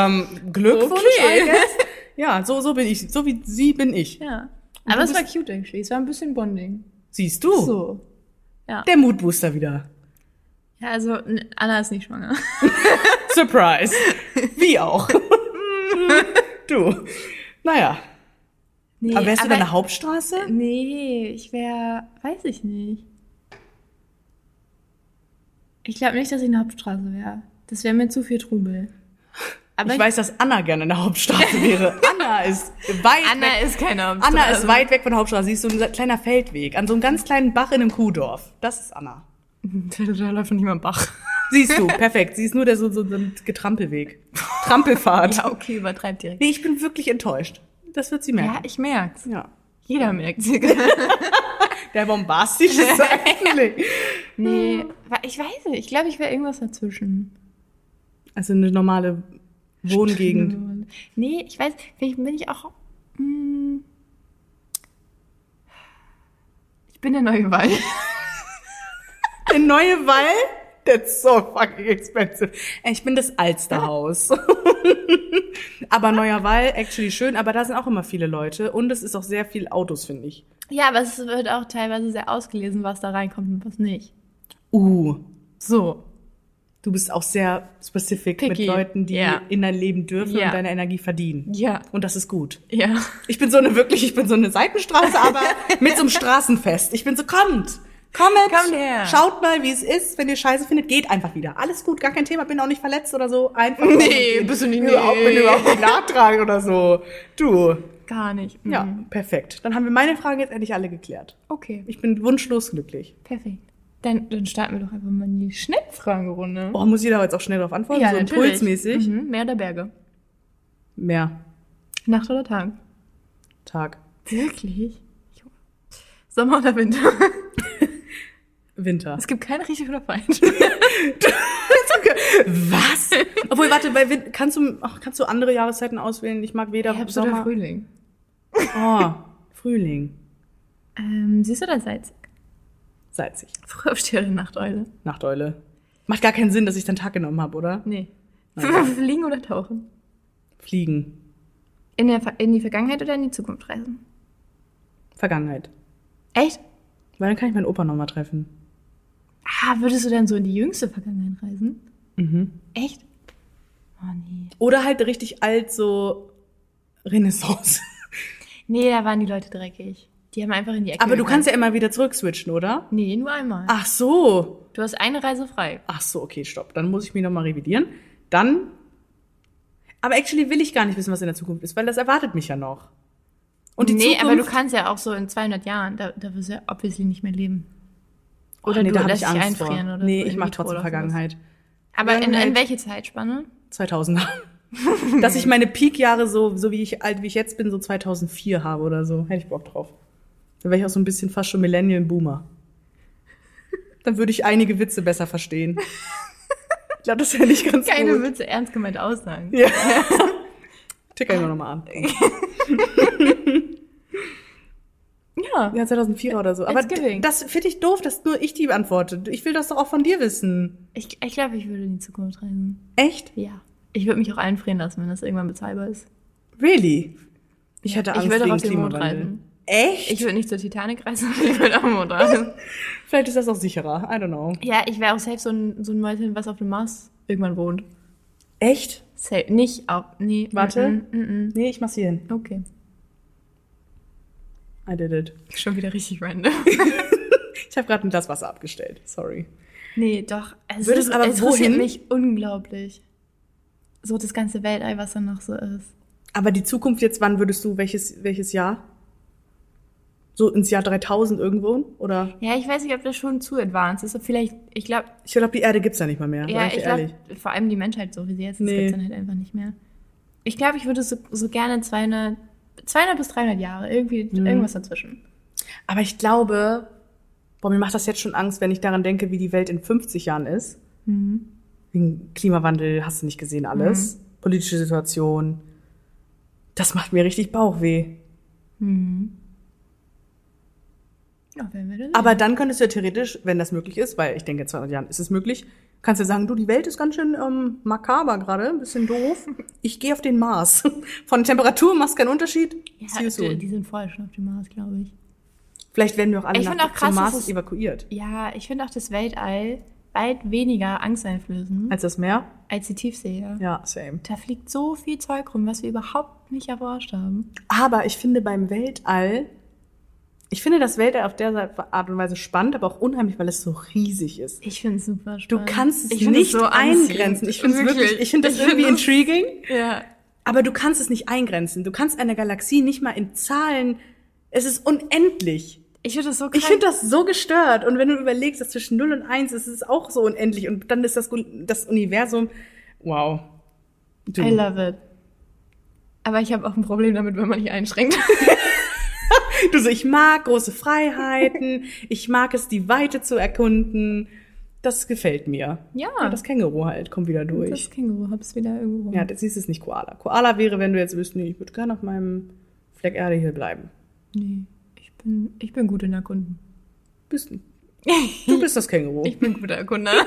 Speaker 1: ähm, Glückwunsch,
Speaker 2: Okay.
Speaker 1: I guess. Ja, so, so bin ich. So wie sie bin ich.
Speaker 2: Ja.
Speaker 1: Und
Speaker 2: Aber
Speaker 1: du
Speaker 2: es war cute eigentlich. Es war ein bisschen Bonding.
Speaker 1: Siehst du?
Speaker 2: So. Ja.
Speaker 1: Der Moodbooster wieder.
Speaker 2: Ja, also n- Anna ist nicht schwanger.
Speaker 1: Surprise. Wie auch. du. Naja.
Speaker 2: Nee,
Speaker 1: aber wärst du deine Hauptstraße?
Speaker 2: Nee, ich wäre, weiß ich nicht. Ich glaube nicht, dass ich eine Hauptstraße wäre. Das wäre mir zu viel Trubel. Aber
Speaker 1: ich weiß, dass Anna gerne eine Hauptstraße wäre. Anna ist weit weg.
Speaker 2: ist keine Hauptstraße.
Speaker 1: Anna ist weit weg von der Hauptstraße. Sie ist so ein kleiner Feldweg an so einem ganz kleinen Bach in einem Kuhdorf. Das ist Anna.
Speaker 2: Da läuft nicht mal ein Bach.
Speaker 1: Siehst du, perfekt. Sie ist nur der so, so ein Getrampelweg. Trampelfahrt.
Speaker 2: Ja, okay, übertreib direkt.
Speaker 1: Nee, ich bin wirklich enttäuscht. Das wird sie
Speaker 2: Ja,
Speaker 1: merken.
Speaker 2: ich merk's.
Speaker 1: Ja.
Speaker 2: Jeder merkt's.
Speaker 1: Der bombastische ist eigentlich.
Speaker 2: nee, wa- ich weiß nicht. Ich glaube, ich wäre irgendwas dazwischen.
Speaker 1: Also eine normale Wohngegend.
Speaker 2: Nee, ich weiß, vielleicht bin ich auch. Hm, ich bin der neue Wald.
Speaker 1: Der neue Wall? That's so fucking expensive. Ey, Ich bin das Alsterhaus. aber neuer Wall, actually schön, aber da sind auch immer viele Leute und es ist auch sehr viel Autos, finde ich.
Speaker 2: Ja, aber es wird auch teilweise sehr ausgelesen, was da reinkommt und was nicht.
Speaker 1: Uh,
Speaker 2: So.
Speaker 1: du bist auch sehr specific
Speaker 2: Picky.
Speaker 1: mit Leuten, die
Speaker 2: Ja.
Speaker 1: in dein Leben dürfen
Speaker 2: Ja.
Speaker 1: und deine Energie verdienen.
Speaker 2: Ja.
Speaker 1: Und das ist gut.
Speaker 2: Ja.
Speaker 1: Ich bin so eine wirklich, ich bin so eine Seitenstraße, aber mit so einem Straßenfest. Ich bin so, kommt, kommt,
Speaker 2: Kommt her.
Speaker 1: schaut mal, wie es ist. Wenn ihr Scheiße findet, geht einfach wieder. Alles gut, gar kein Thema, bin auch nicht verletzt oder so. Einfach.
Speaker 2: Nee, bist du nicht-
Speaker 1: nee. überhaupt, bin
Speaker 2: nee.
Speaker 1: überhaupt nicht nachtragend oder so. Du,
Speaker 2: Gar nicht.
Speaker 1: ja,
Speaker 2: Mhm.
Speaker 1: perfekt. Dann haben wir meine Fragen jetzt endlich alle geklärt.
Speaker 2: Okay,
Speaker 1: Ich bin wunschlos glücklich.
Speaker 2: perfekt. Dann, dann starten wir doch einfach mal in die Schnellfragerunde.
Speaker 1: Oh, muss jeder jetzt auch schnell darauf antworten? so
Speaker 2: natürlich.
Speaker 1: impulsmäßig.
Speaker 2: Mhm, Meer oder Berge?
Speaker 1: Mehr
Speaker 2: Nacht oder Tag?
Speaker 1: Tag.
Speaker 2: Wirklich? Sommer oder Winter?
Speaker 1: Winter.
Speaker 2: Es gibt kein richtig oder falsch.
Speaker 1: Was? Obwohl, warte, bei Win- kannst du, ach, kannst du andere Jahreszeiten auswählen? Ich mag weder
Speaker 2: Herbst
Speaker 1: Sommer.
Speaker 2: oder Frühling?
Speaker 1: Oh, Frühling.
Speaker 2: Ähm, süß oder salzig?
Speaker 1: Salzig.
Speaker 2: Frühaufsteher oder Nachteule?
Speaker 1: Nachteule. Macht gar keinen Sinn, dass ich dann Tag genommen habe, oder?
Speaker 2: Nee.
Speaker 1: Nein.
Speaker 2: Fliegen oder tauchen?
Speaker 1: Fliegen.
Speaker 2: In, der, Ver- in die Vergangenheit oder in die Zukunft reisen?
Speaker 1: Vergangenheit.
Speaker 2: Echt?
Speaker 1: Weil dann kann ich meinen Opa nochmal treffen.
Speaker 2: Ah, würdest du dann so in die jüngste Vergangenheit reisen?
Speaker 1: Mhm.
Speaker 2: Echt? Oh nee.
Speaker 1: Oder halt richtig alt, so Renaissance.
Speaker 2: Nee, da waren die Leute dreckig. Die haben einfach in die Ecke.
Speaker 1: Aber du
Speaker 2: gegangen.
Speaker 1: kannst Ah. ja immer wieder zurückswitchen, oder?
Speaker 2: Nee, nur einmal.
Speaker 1: Ach so.
Speaker 2: Du hast eine Reise frei.
Speaker 1: Ach so, okay, stopp. Dann muss ich mich nochmal revidieren. Dann. Aber actually will ich gar nicht wissen, was in der Zukunft ist, weil das erwartet mich ja noch. Und die
Speaker 2: nee,
Speaker 1: Zukunft.
Speaker 2: aber du kannst ja auch so in 200 Jahren, da, da wirst du ja obviously nicht mehr leben.
Speaker 1: Och,
Speaker 2: oder du
Speaker 1: da hab
Speaker 2: lässt
Speaker 1: ich
Speaker 2: dich
Speaker 1: Angst vor.
Speaker 2: einfrieren oder
Speaker 1: Nee,
Speaker 2: so
Speaker 1: ich
Speaker 2: in
Speaker 1: mach
Speaker 2: vitro
Speaker 1: trotzdem
Speaker 2: oder sowas.
Speaker 1: Vergangenheit.
Speaker 2: Aber in, in
Speaker 1: Vergangenheit.
Speaker 2: welche Zeitspanne?
Speaker 1: 2000er. Dass ich meine Peak-Jahre so, so wie ich alt, wie ich jetzt bin, so 2004 habe oder so. Hätte ich Bock drauf. Dann wäre ich auch so ein bisschen fast schon Millennial-Boomer. Dann würde ich einige Witze besser verstehen. Ich glaube, das wäre nicht ganz
Speaker 2: Keine
Speaker 1: gut.
Speaker 2: Witze, ernst gemeint Aussagen.
Speaker 1: Ja. Ticker immer nochmal an.
Speaker 2: Ja.
Speaker 1: Ja, 2004 oder so. Aber
Speaker 2: Thanksgiving.
Speaker 1: das finde ich doof, dass nur ich die antworte. Ich will das doch auch von dir wissen.
Speaker 2: Ich, ich glaube, ich würde in die Zukunft reisen.
Speaker 1: Echt?
Speaker 2: Ja. Ich würde mich auch einfrieren lassen, wenn das irgendwann bezahlbar ist.
Speaker 1: Really? Ich hätte
Speaker 2: Ich
Speaker 1: Angst
Speaker 2: würde auch
Speaker 1: wegen
Speaker 2: auf den Mond
Speaker 1: Klimawandel.
Speaker 2: reisen.
Speaker 1: Echt?
Speaker 2: Ich würde nicht zur Titanic reisen, ich würde am Mond reisen.
Speaker 1: Vielleicht ist das auch sicherer. I don't know.
Speaker 2: Ja, ich wäre auch safe so ein, so ein Mäuschen, was auf dem Mars irgendwann wohnt.
Speaker 1: Echt?
Speaker 2: Safe. Nicht auf. Nee.
Speaker 1: Warte.
Speaker 2: Mm -mm, mm
Speaker 1: Nee, ich mach's hier hin.
Speaker 2: -mm. Okay.
Speaker 1: I did it.
Speaker 2: Schon wieder richtig random.
Speaker 1: Ich habe gerade ein Glas Wasser abgestellt. Sorry.
Speaker 2: Nee, doch. Es,
Speaker 1: Würdest
Speaker 2: ist,
Speaker 1: aber
Speaker 2: es interessiert
Speaker 1: wohin?
Speaker 2: mich unglaublich. So das ganze Weltall, was dann noch so ist.
Speaker 1: Aber die Zukunft jetzt, wann würdest du welches welches Jahr? So ins Jahr 3000 irgendwo oder?
Speaker 2: Ja, ich weiß nicht, ob das schon zu advanced ist. Vielleicht, ich glaube,
Speaker 1: Ich glaube, die Erde gibt's ja nicht mal mehr.
Speaker 2: ja,
Speaker 1: sag dir
Speaker 2: ich glaube, vor allem die Menschheit, so wie sie jetzt ist,
Speaker 1: Also Nee.
Speaker 2: gibt's dann halt einfach nicht mehr. Ich glaube, ich würde so, so gerne 200, 200 bis 300 Jahre, irgendwie
Speaker 1: Mhm.
Speaker 2: irgendwas dazwischen.
Speaker 1: Aber ich glaube, boah, mir macht das jetzt schon Angst, wenn ich daran denke, wie die Welt in 50 Jahren ist. Mhm. Wegen Klimawandel hast du nicht gesehen
Speaker 2: Mhm.
Speaker 1: alles. Politische Situation. Das macht mir richtig Bauchweh.
Speaker 2: Ja, wenn wir das
Speaker 1: Aber dann könntest du ja theoretisch, wenn das möglich ist, weil ich denke, in 200 Jahren ist es möglich, kannst du sagen, du, die Welt ist ganz schön ähm, makaber gerade, ein bisschen doof. Ich gehe auf den Mars. Von Temperatur machst keinen Unterschied. See you
Speaker 2: ja,
Speaker 1: soon.
Speaker 2: die, die sind vorher schon auf dem Mars, glaube ich.
Speaker 1: Vielleicht werden wir auch alle
Speaker 2: Ich
Speaker 1: nach,
Speaker 2: find auch krass,
Speaker 1: zum
Speaker 2: dass
Speaker 1: Mars
Speaker 2: es-
Speaker 1: evakuiert.
Speaker 2: Ja, ich finde auch das Weltall weit weniger angsteinflößend
Speaker 1: Als das Meer?
Speaker 2: als die Tiefsee. Ja.
Speaker 1: Also Ja, same.
Speaker 2: Da fliegt so viel Zeug rum, was wir überhaupt nicht erforscht haben.
Speaker 1: Aber ich finde beim Weltall, ich finde das Weltall auf der Art und Weise spannend, aber auch unheimlich, weil es so riesig ist.
Speaker 2: Ich finde es super spannend.
Speaker 1: Du kannst es
Speaker 2: Ähm, Ich find
Speaker 1: nicht
Speaker 2: so anziehend.
Speaker 1: eingrenzen. Ich finde es wirklich, ich finde das
Speaker 2: find
Speaker 1: irgendwie
Speaker 2: das-
Speaker 1: intriguing.
Speaker 2: Ja.
Speaker 1: Aber du kannst es nicht eingrenzen. Du kannst eine Galaxie nicht mal in Zahlen. Es ist unendlich.
Speaker 2: Ich finde das so
Speaker 1: Ich finde das so gestört. Und wenn du überlegst, dass zwischen 0 und 1 ist es auch so unendlich und dann ist das, Gu- das Universum. Wow. Du.
Speaker 2: I love it. Aber ich habe auch ein Problem damit, wenn man nicht einschränkt.
Speaker 1: du so, ich mag große Freiheiten, ich mag es, die Weite zu erkunden. Das gefällt mir.
Speaker 2: Ja.
Speaker 1: Ja, das Känguru halt, kommt wieder durch.
Speaker 2: Das Känguru hab's wieder irgendwo. rum.
Speaker 1: Ja, das hieß es nicht Koala. Koala wäre, wenn du jetzt wüsstest, nee, ich würde gerne auf meinem Fleck Erde hier bleiben.
Speaker 2: Nee, ich bin, ich bin gut in Erkunden.
Speaker 1: Bist du. Du bist das Känguru.
Speaker 2: Hm. Ich bin guter Erkunder.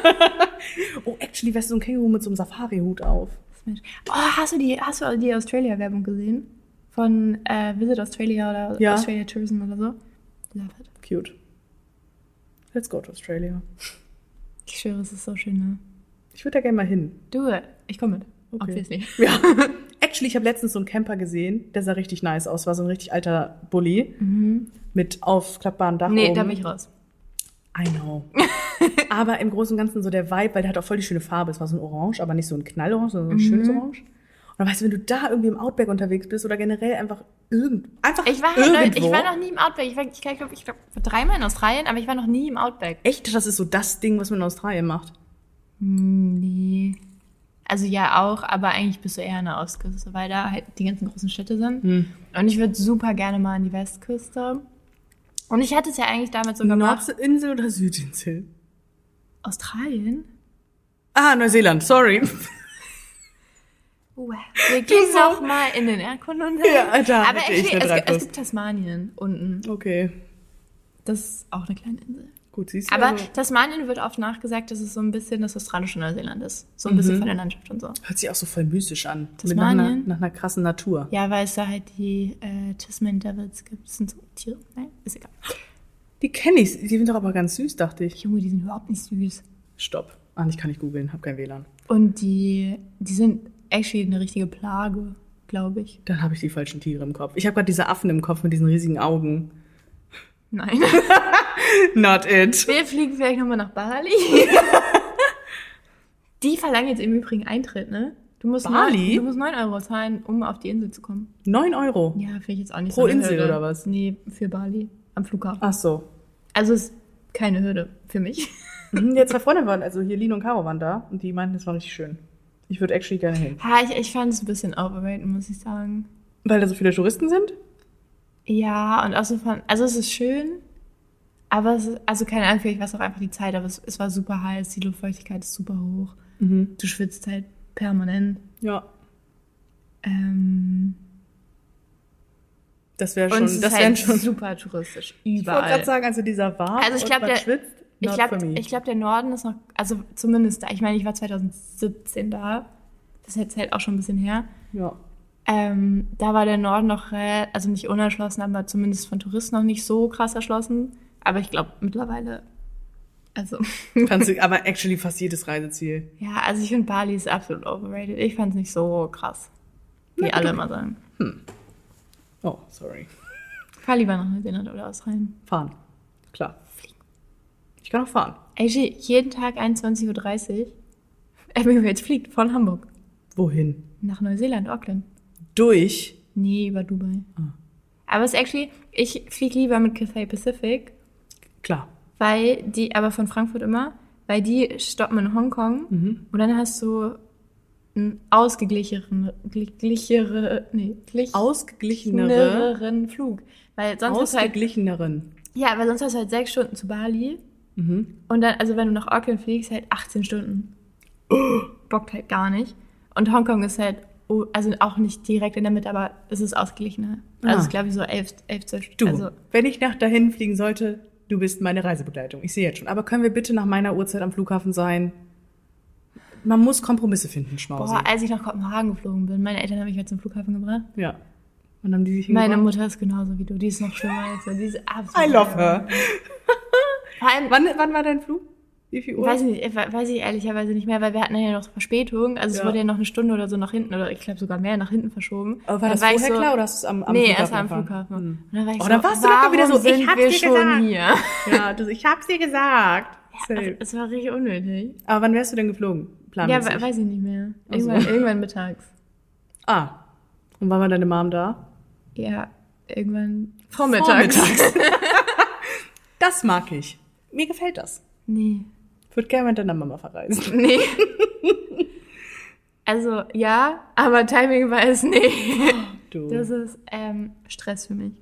Speaker 1: oh, actually wärst du so ein Känguru mit so einem Safari-Hut auf.
Speaker 2: Mensch. Oh, hast du die, hast du die Australia-Werbung gesehen? Von äh, Visit Australia oder
Speaker 1: Ja.
Speaker 2: Australia Tourism oder so? Love it.
Speaker 1: Cute. Let's go to Australia.
Speaker 2: Ich schwöre, es ist so schön, ne?
Speaker 1: Ich würde da gerne mal hin.
Speaker 2: Do it. Ich komme mit.
Speaker 1: Okay.
Speaker 2: Obviously.
Speaker 1: Ja. Actually, ich habe letztens so einen Camper gesehen, der sah richtig nice aus. War so ein richtig alter Bulli
Speaker 2: Mhm.
Speaker 1: mit aufklappbarem Dach
Speaker 2: Nee,
Speaker 1: oben.
Speaker 2: da bin ich raus.
Speaker 1: I know. aber im Großen und Ganzen so der Vibe, weil der hat auch voll die schöne Farbe. Es war so ein Orange, aber nicht so ein Knallorange, sondern so
Speaker 2: Mhm.
Speaker 1: ein schönes Orange. Und dann weißt du, wenn du da irgendwie im Outback unterwegs bist oder generell einfach irgend, einfach
Speaker 2: Ich war, halt noch,
Speaker 1: irgendwo.
Speaker 2: ich war noch nie im Outback. Ich war, ich glaube, ich glaub, war dreimal in Australien, aber ich war noch nie im Outback.
Speaker 1: Echt, das ist so das Ding, was man in Australien macht.
Speaker 2: Hm, Nee. Also ja auch, aber eigentlich bist du eher an der Ostküste, weil da halt die ganzen großen Städte sind. Und ich würde super gerne mal an die Westküste. Und ich hatte es ja eigentlich damit sogar gemacht.
Speaker 1: Nordinsel oder Südinsel?
Speaker 2: Australien?
Speaker 1: Ah, Neuseeland, sorry.
Speaker 2: Oh, Wow. Wir gehen
Speaker 1: so-
Speaker 2: noch mal in den Erdkundenunterricht.
Speaker 1: Ja, da hätte
Speaker 2: Aber actually,
Speaker 1: ich eine
Speaker 2: es, gibt,
Speaker 1: Dreiviertel.
Speaker 2: es gibt Tasmanien unten.
Speaker 1: Okay,
Speaker 2: Das ist auch eine kleine Insel.
Speaker 1: gut, siehst du.
Speaker 2: Aber
Speaker 1: also-
Speaker 2: Tasmanien wird oft nachgesagt, dass es so ein bisschen das australische Neuseeland ist. So ein bisschen von der Landschaft und so.
Speaker 1: Hört sich auch so voll mystisch an. Mit Nach, einer,
Speaker 2: Tasmanien?
Speaker 1: nach einer krassen Natur.
Speaker 2: Ja, weil es da halt die äh, Tasman Devils gibt. Das sind so Tiere. Nein, ist egal.
Speaker 1: Die kenne ich, die sind doch aber ganz süß, dachte ich.
Speaker 2: Junge, die sind überhaupt nicht süß.
Speaker 1: Stopp. Ah, ich kann nicht googeln, hab kein WLAN.
Speaker 2: Und die, die sind actually eine richtige Plage, glaube ich.
Speaker 1: Dann habe ich die falschen Tiere im Kopf. Ich habe gerade diese Affen im Kopf mit diesen riesigen Augen.
Speaker 2: Nein.
Speaker 1: Not it.
Speaker 2: Wir fliegen vielleicht nochmal nach Bali. die verlangen jetzt im Übrigen Eintritt, ne? Du musst,
Speaker 1: Bali?
Speaker 2: Neun, du musst 9 Euro zahlen, um auf die Insel zu kommen.
Speaker 1: Neun Euro.
Speaker 2: Ja, finde ich jetzt auch nicht
Speaker 1: Pro
Speaker 2: so eine
Speaker 1: Insel
Speaker 2: Hürde.
Speaker 1: oder was?
Speaker 2: Nee, für Bali. Am Flughafen.
Speaker 1: Ach so.
Speaker 2: Also ist keine Hürde für mich.
Speaker 1: Mhm, Jetzt zwei Freunde waren, also hier Lino und Caro waren da und die meinten, das war richtig schön. Ich würde actually gerne hin.
Speaker 2: Ha, ich, ich fand es ein bisschen overrated, muss ich sagen.
Speaker 1: Weil da so viele Touristen sind?
Speaker 2: Ja, und auch so von, also es ist schön, aber es ist, also keine Ahnung, vielleicht war es auch einfach die Zeit, aber es, es war super heiß, die Luftfeuchtigkeit ist super hoch,
Speaker 1: Mhm.
Speaker 2: du schwitzt halt permanent.
Speaker 1: Ja.
Speaker 2: Ähm,
Speaker 1: Das wäre
Speaker 2: und
Speaker 1: schon,
Speaker 2: es ist
Speaker 1: das
Speaker 2: halt
Speaker 1: wären schon.
Speaker 2: super touristisch,
Speaker 1: Ich wollte
Speaker 2: überall.
Speaker 1: gerade sagen, also dieser warm
Speaker 2: Also ich
Speaker 1: und
Speaker 2: glaub,
Speaker 1: man
Speaker 2: der-
Speaker 1: schwitzt,
Speaker 2: ich
Speaker 1: not for
Speaker 2: glaube,
Speaker 1: me.
Speaker 2: glaub, der Norden ist noch, also zumindest da, ich meine, ich war 2017 da, das ist jetzt halt auch schon ein bisschen her.
Speaker 1: ja.
Speaker 2: Ähm, da war der Norden noch, rel- also nicht unerschlossen, aber zumindest von Touristen noch nicht so krass erschlossen. Aber ich glaube mittlerweile, also
Speaker 1: Kannst du, aber actually fast jedes Reiseziel.
Speaker 2: ja, also ich finde Bali ist absolut overrated. Ich fand es nicht so krass, wie alle immer sagen.
Speaker 1: Oh, sorry.
Speaker 2: Fahr lieber nach Neuseeland oder Australien.
Speaker 1: Fahren. Klar. Ich kann auch fahren.
Speaker 2: Actually, jeden Tag 21.30 Uhr Emirates fliegt von Hamburg
Speaker 1: Wohin?
Speaker 2: nach Neuseeland, Auckland.
Speaker 1: Durch.
Speaker 2: Nee, über Dubai. Aber es ist actually, ich fliege lieber mit Cathay Pacific
Speaker 1: Klar.
Speaker 2: Weil die, aber von Frankfurt immer, weil die stoppen in Hongkong und dann hast du einen ausgeglicheneren, glichere, nee,
Speaker 1: Ausgeglichenere.
Speaker 2: glicheneren Flug. Weil sonst hast du halt,
Speaker 1: Ausgeglicheneren.
Speaker 2: ja, weil sonst hast du halt sechs Stunden zu Bali
Speaker 1: Mhm.
Speaker 2: und dann, also wenn du nach Auckland fliegst, halt 18 Stunden. Bockt halt gar nicht. Und Hongkong ist halt, oh, also auch nicht direkt in der Mitte, aber es ist ausgeglichener.
Speaker 1: Ah.
Speaker 2: Also es glaube ich so elf, elf, zwölf Stunden.
Speaker 1: Du,
Speaker 2: Also,
Speaker 1: wenn ich nach dahin fliegen sollte, du bist meine Reisebegleitung. Ich sehe jetzt schon. Aber können wir bitte nach meiner Uhrzeit am Flughafen sein? Man muss Kompromisse finden, Schmause.
Speaker 2: boah, als ich nach Kopenhagen geflogen bin, meine Eltern haben mich halt zum Flughafen gebracht.
Speaker 1: ja. Und haben die sich
Speaker 2: Meine
Speaker 1: hingebracht?
Speaker 2: Mutter ist genauso wie du. Die ist noch schlimmer als du. Die ist absolut.
Speaker 1: I love her.
Speaker 2: Vor allem,
Speaker 1: Wann, wann war dein Flug? Wie viel Uhr?
Speaker 2: weiß ich, nicht, we- weiß ich ehrlicherweise nicht mehr, weil wir hatten ja noch Verspätung. Also
Speaker 1: Ja.
Speaker 2: es wurde ja noch eine Stunde oder so nach hinten oder ich glaube sogar mehr nach hinten verschoben.
Speaker 1: Aber Oh, war
Speaker 2: Dann
Speaker 1: das
Speaker 2: ich
Speaker 1: vorher klar oder hast du es am, am
Speaker 2: nee,
Speaker 1: Flughafen?
Speaker 2: erst am
Speaker 1: erfahren?
Speaker 2: Flughafen.
Speaker 1: Hm.
Speaker 2: Und dann war ich
Speaker 1: Oh, dann
Speaker 2: so,
Speaker 1: warst du locker wieder so,
Speaker 2: warum
Speaker 1: ich
Speaker 2: sind
Speaker 1: hab's
Speaker 2: wir
Speaker 1: dir
Speaker 2: schon
Speaker 1: gesagt.
Speaker 2: hier?
Speaker 1: Ja, du, so, ich hab's dir gesagt.
Speaker 2: Also,
Speaker 1: Safe.
Speaker 2: es war richtig unnötig.
Speaker 1: Aber wann wärst du denn geflogen?
Speaker 2: Ja,
Speaker 1: Planmäßig.
Speaker 2: we- weiß ich nicht mehr.
Speaker 1: Ach so.
Speaker 2: Irgendwann, irgendwann mittags.
Speaker 1: ah. Und wann war deine Mom da?
Speaker 2: Ja, irgendwann vormittags.
Speaker 1: Vormittags. Das mag ich. Mir gefällt das.
Speaker 2: Nee.
Speaker 1: Ich würde gerne mit deiner Mama verreisen.
Speaker 2: Nee. also ja, aber Timing war es nee.
Speaker 1: Du.
Speaker 2: Das ist ähm, Stress für mich.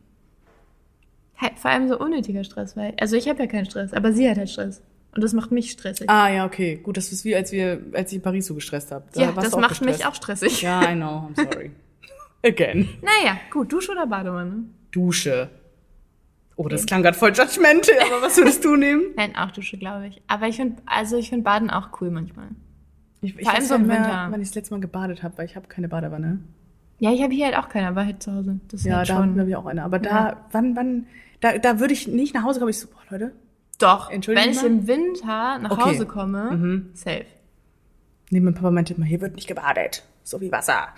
Speaker 2: Halt, Vor allem so unnötiger Stress, weil. Also ich habe ja keinen Stress, aber sie hat halt Stress. Und das macht mich stressig.
Speaker 1: ah, ja, okay. Gut, das ist wie, als wir, als ich in Paris so gestresst habe.
Speaker 2: ja, das macht mich auch stressig.
Speaker 1: Ja, I know. I'm sorry. Again.
Speaker 2: Naja, gut, Dusche oder Badewanne?
Speaker 1: Dusche. Oh, das klang gerade voll judgmental, aber was würdest du nehmen?
Speaker 2: Nein, auch Dusche, glaube ich. Aber ich finde, also ich finde Baden auch cool manchmal.
Speaker 1: Ich, ich
Speaker 2: Vor allem
Speaker 1: weiß
Speaker 2: so
Speaker 1: nicht
Speaker 2: im
Speaker 1: mehr,
Speaker 2: Winter.
Speaker 1: wann ich das letzte Mal gebadet habe, weil ich habe keine Badewanne.
Speaker 2: Ja, ich habe hier halt auch keine, aber halt zu Hause. Das ist
Speaker 1: Ja,
Speaker 2: halt
Speaker 1: da haben
Speaker 2: schon.
Speaker 1: wir auch eine. Aber da, wann, wann, da, da würde ich nicht nach Hause kommen. Ich so, boah, Leute,
Speaker 2: Doch,
Speaker 1: Entschuldigung
Speaker 2: wenn ich
Speaker 1: mal.
Speaker 2: im Winter nach
Speaker 1: Okay. Mhm.
Speaker 2: Hause komme, safe.
Speaker 1: nee, mein Papa meinte immer, hier wird nicht gebadet. So wie Wasser.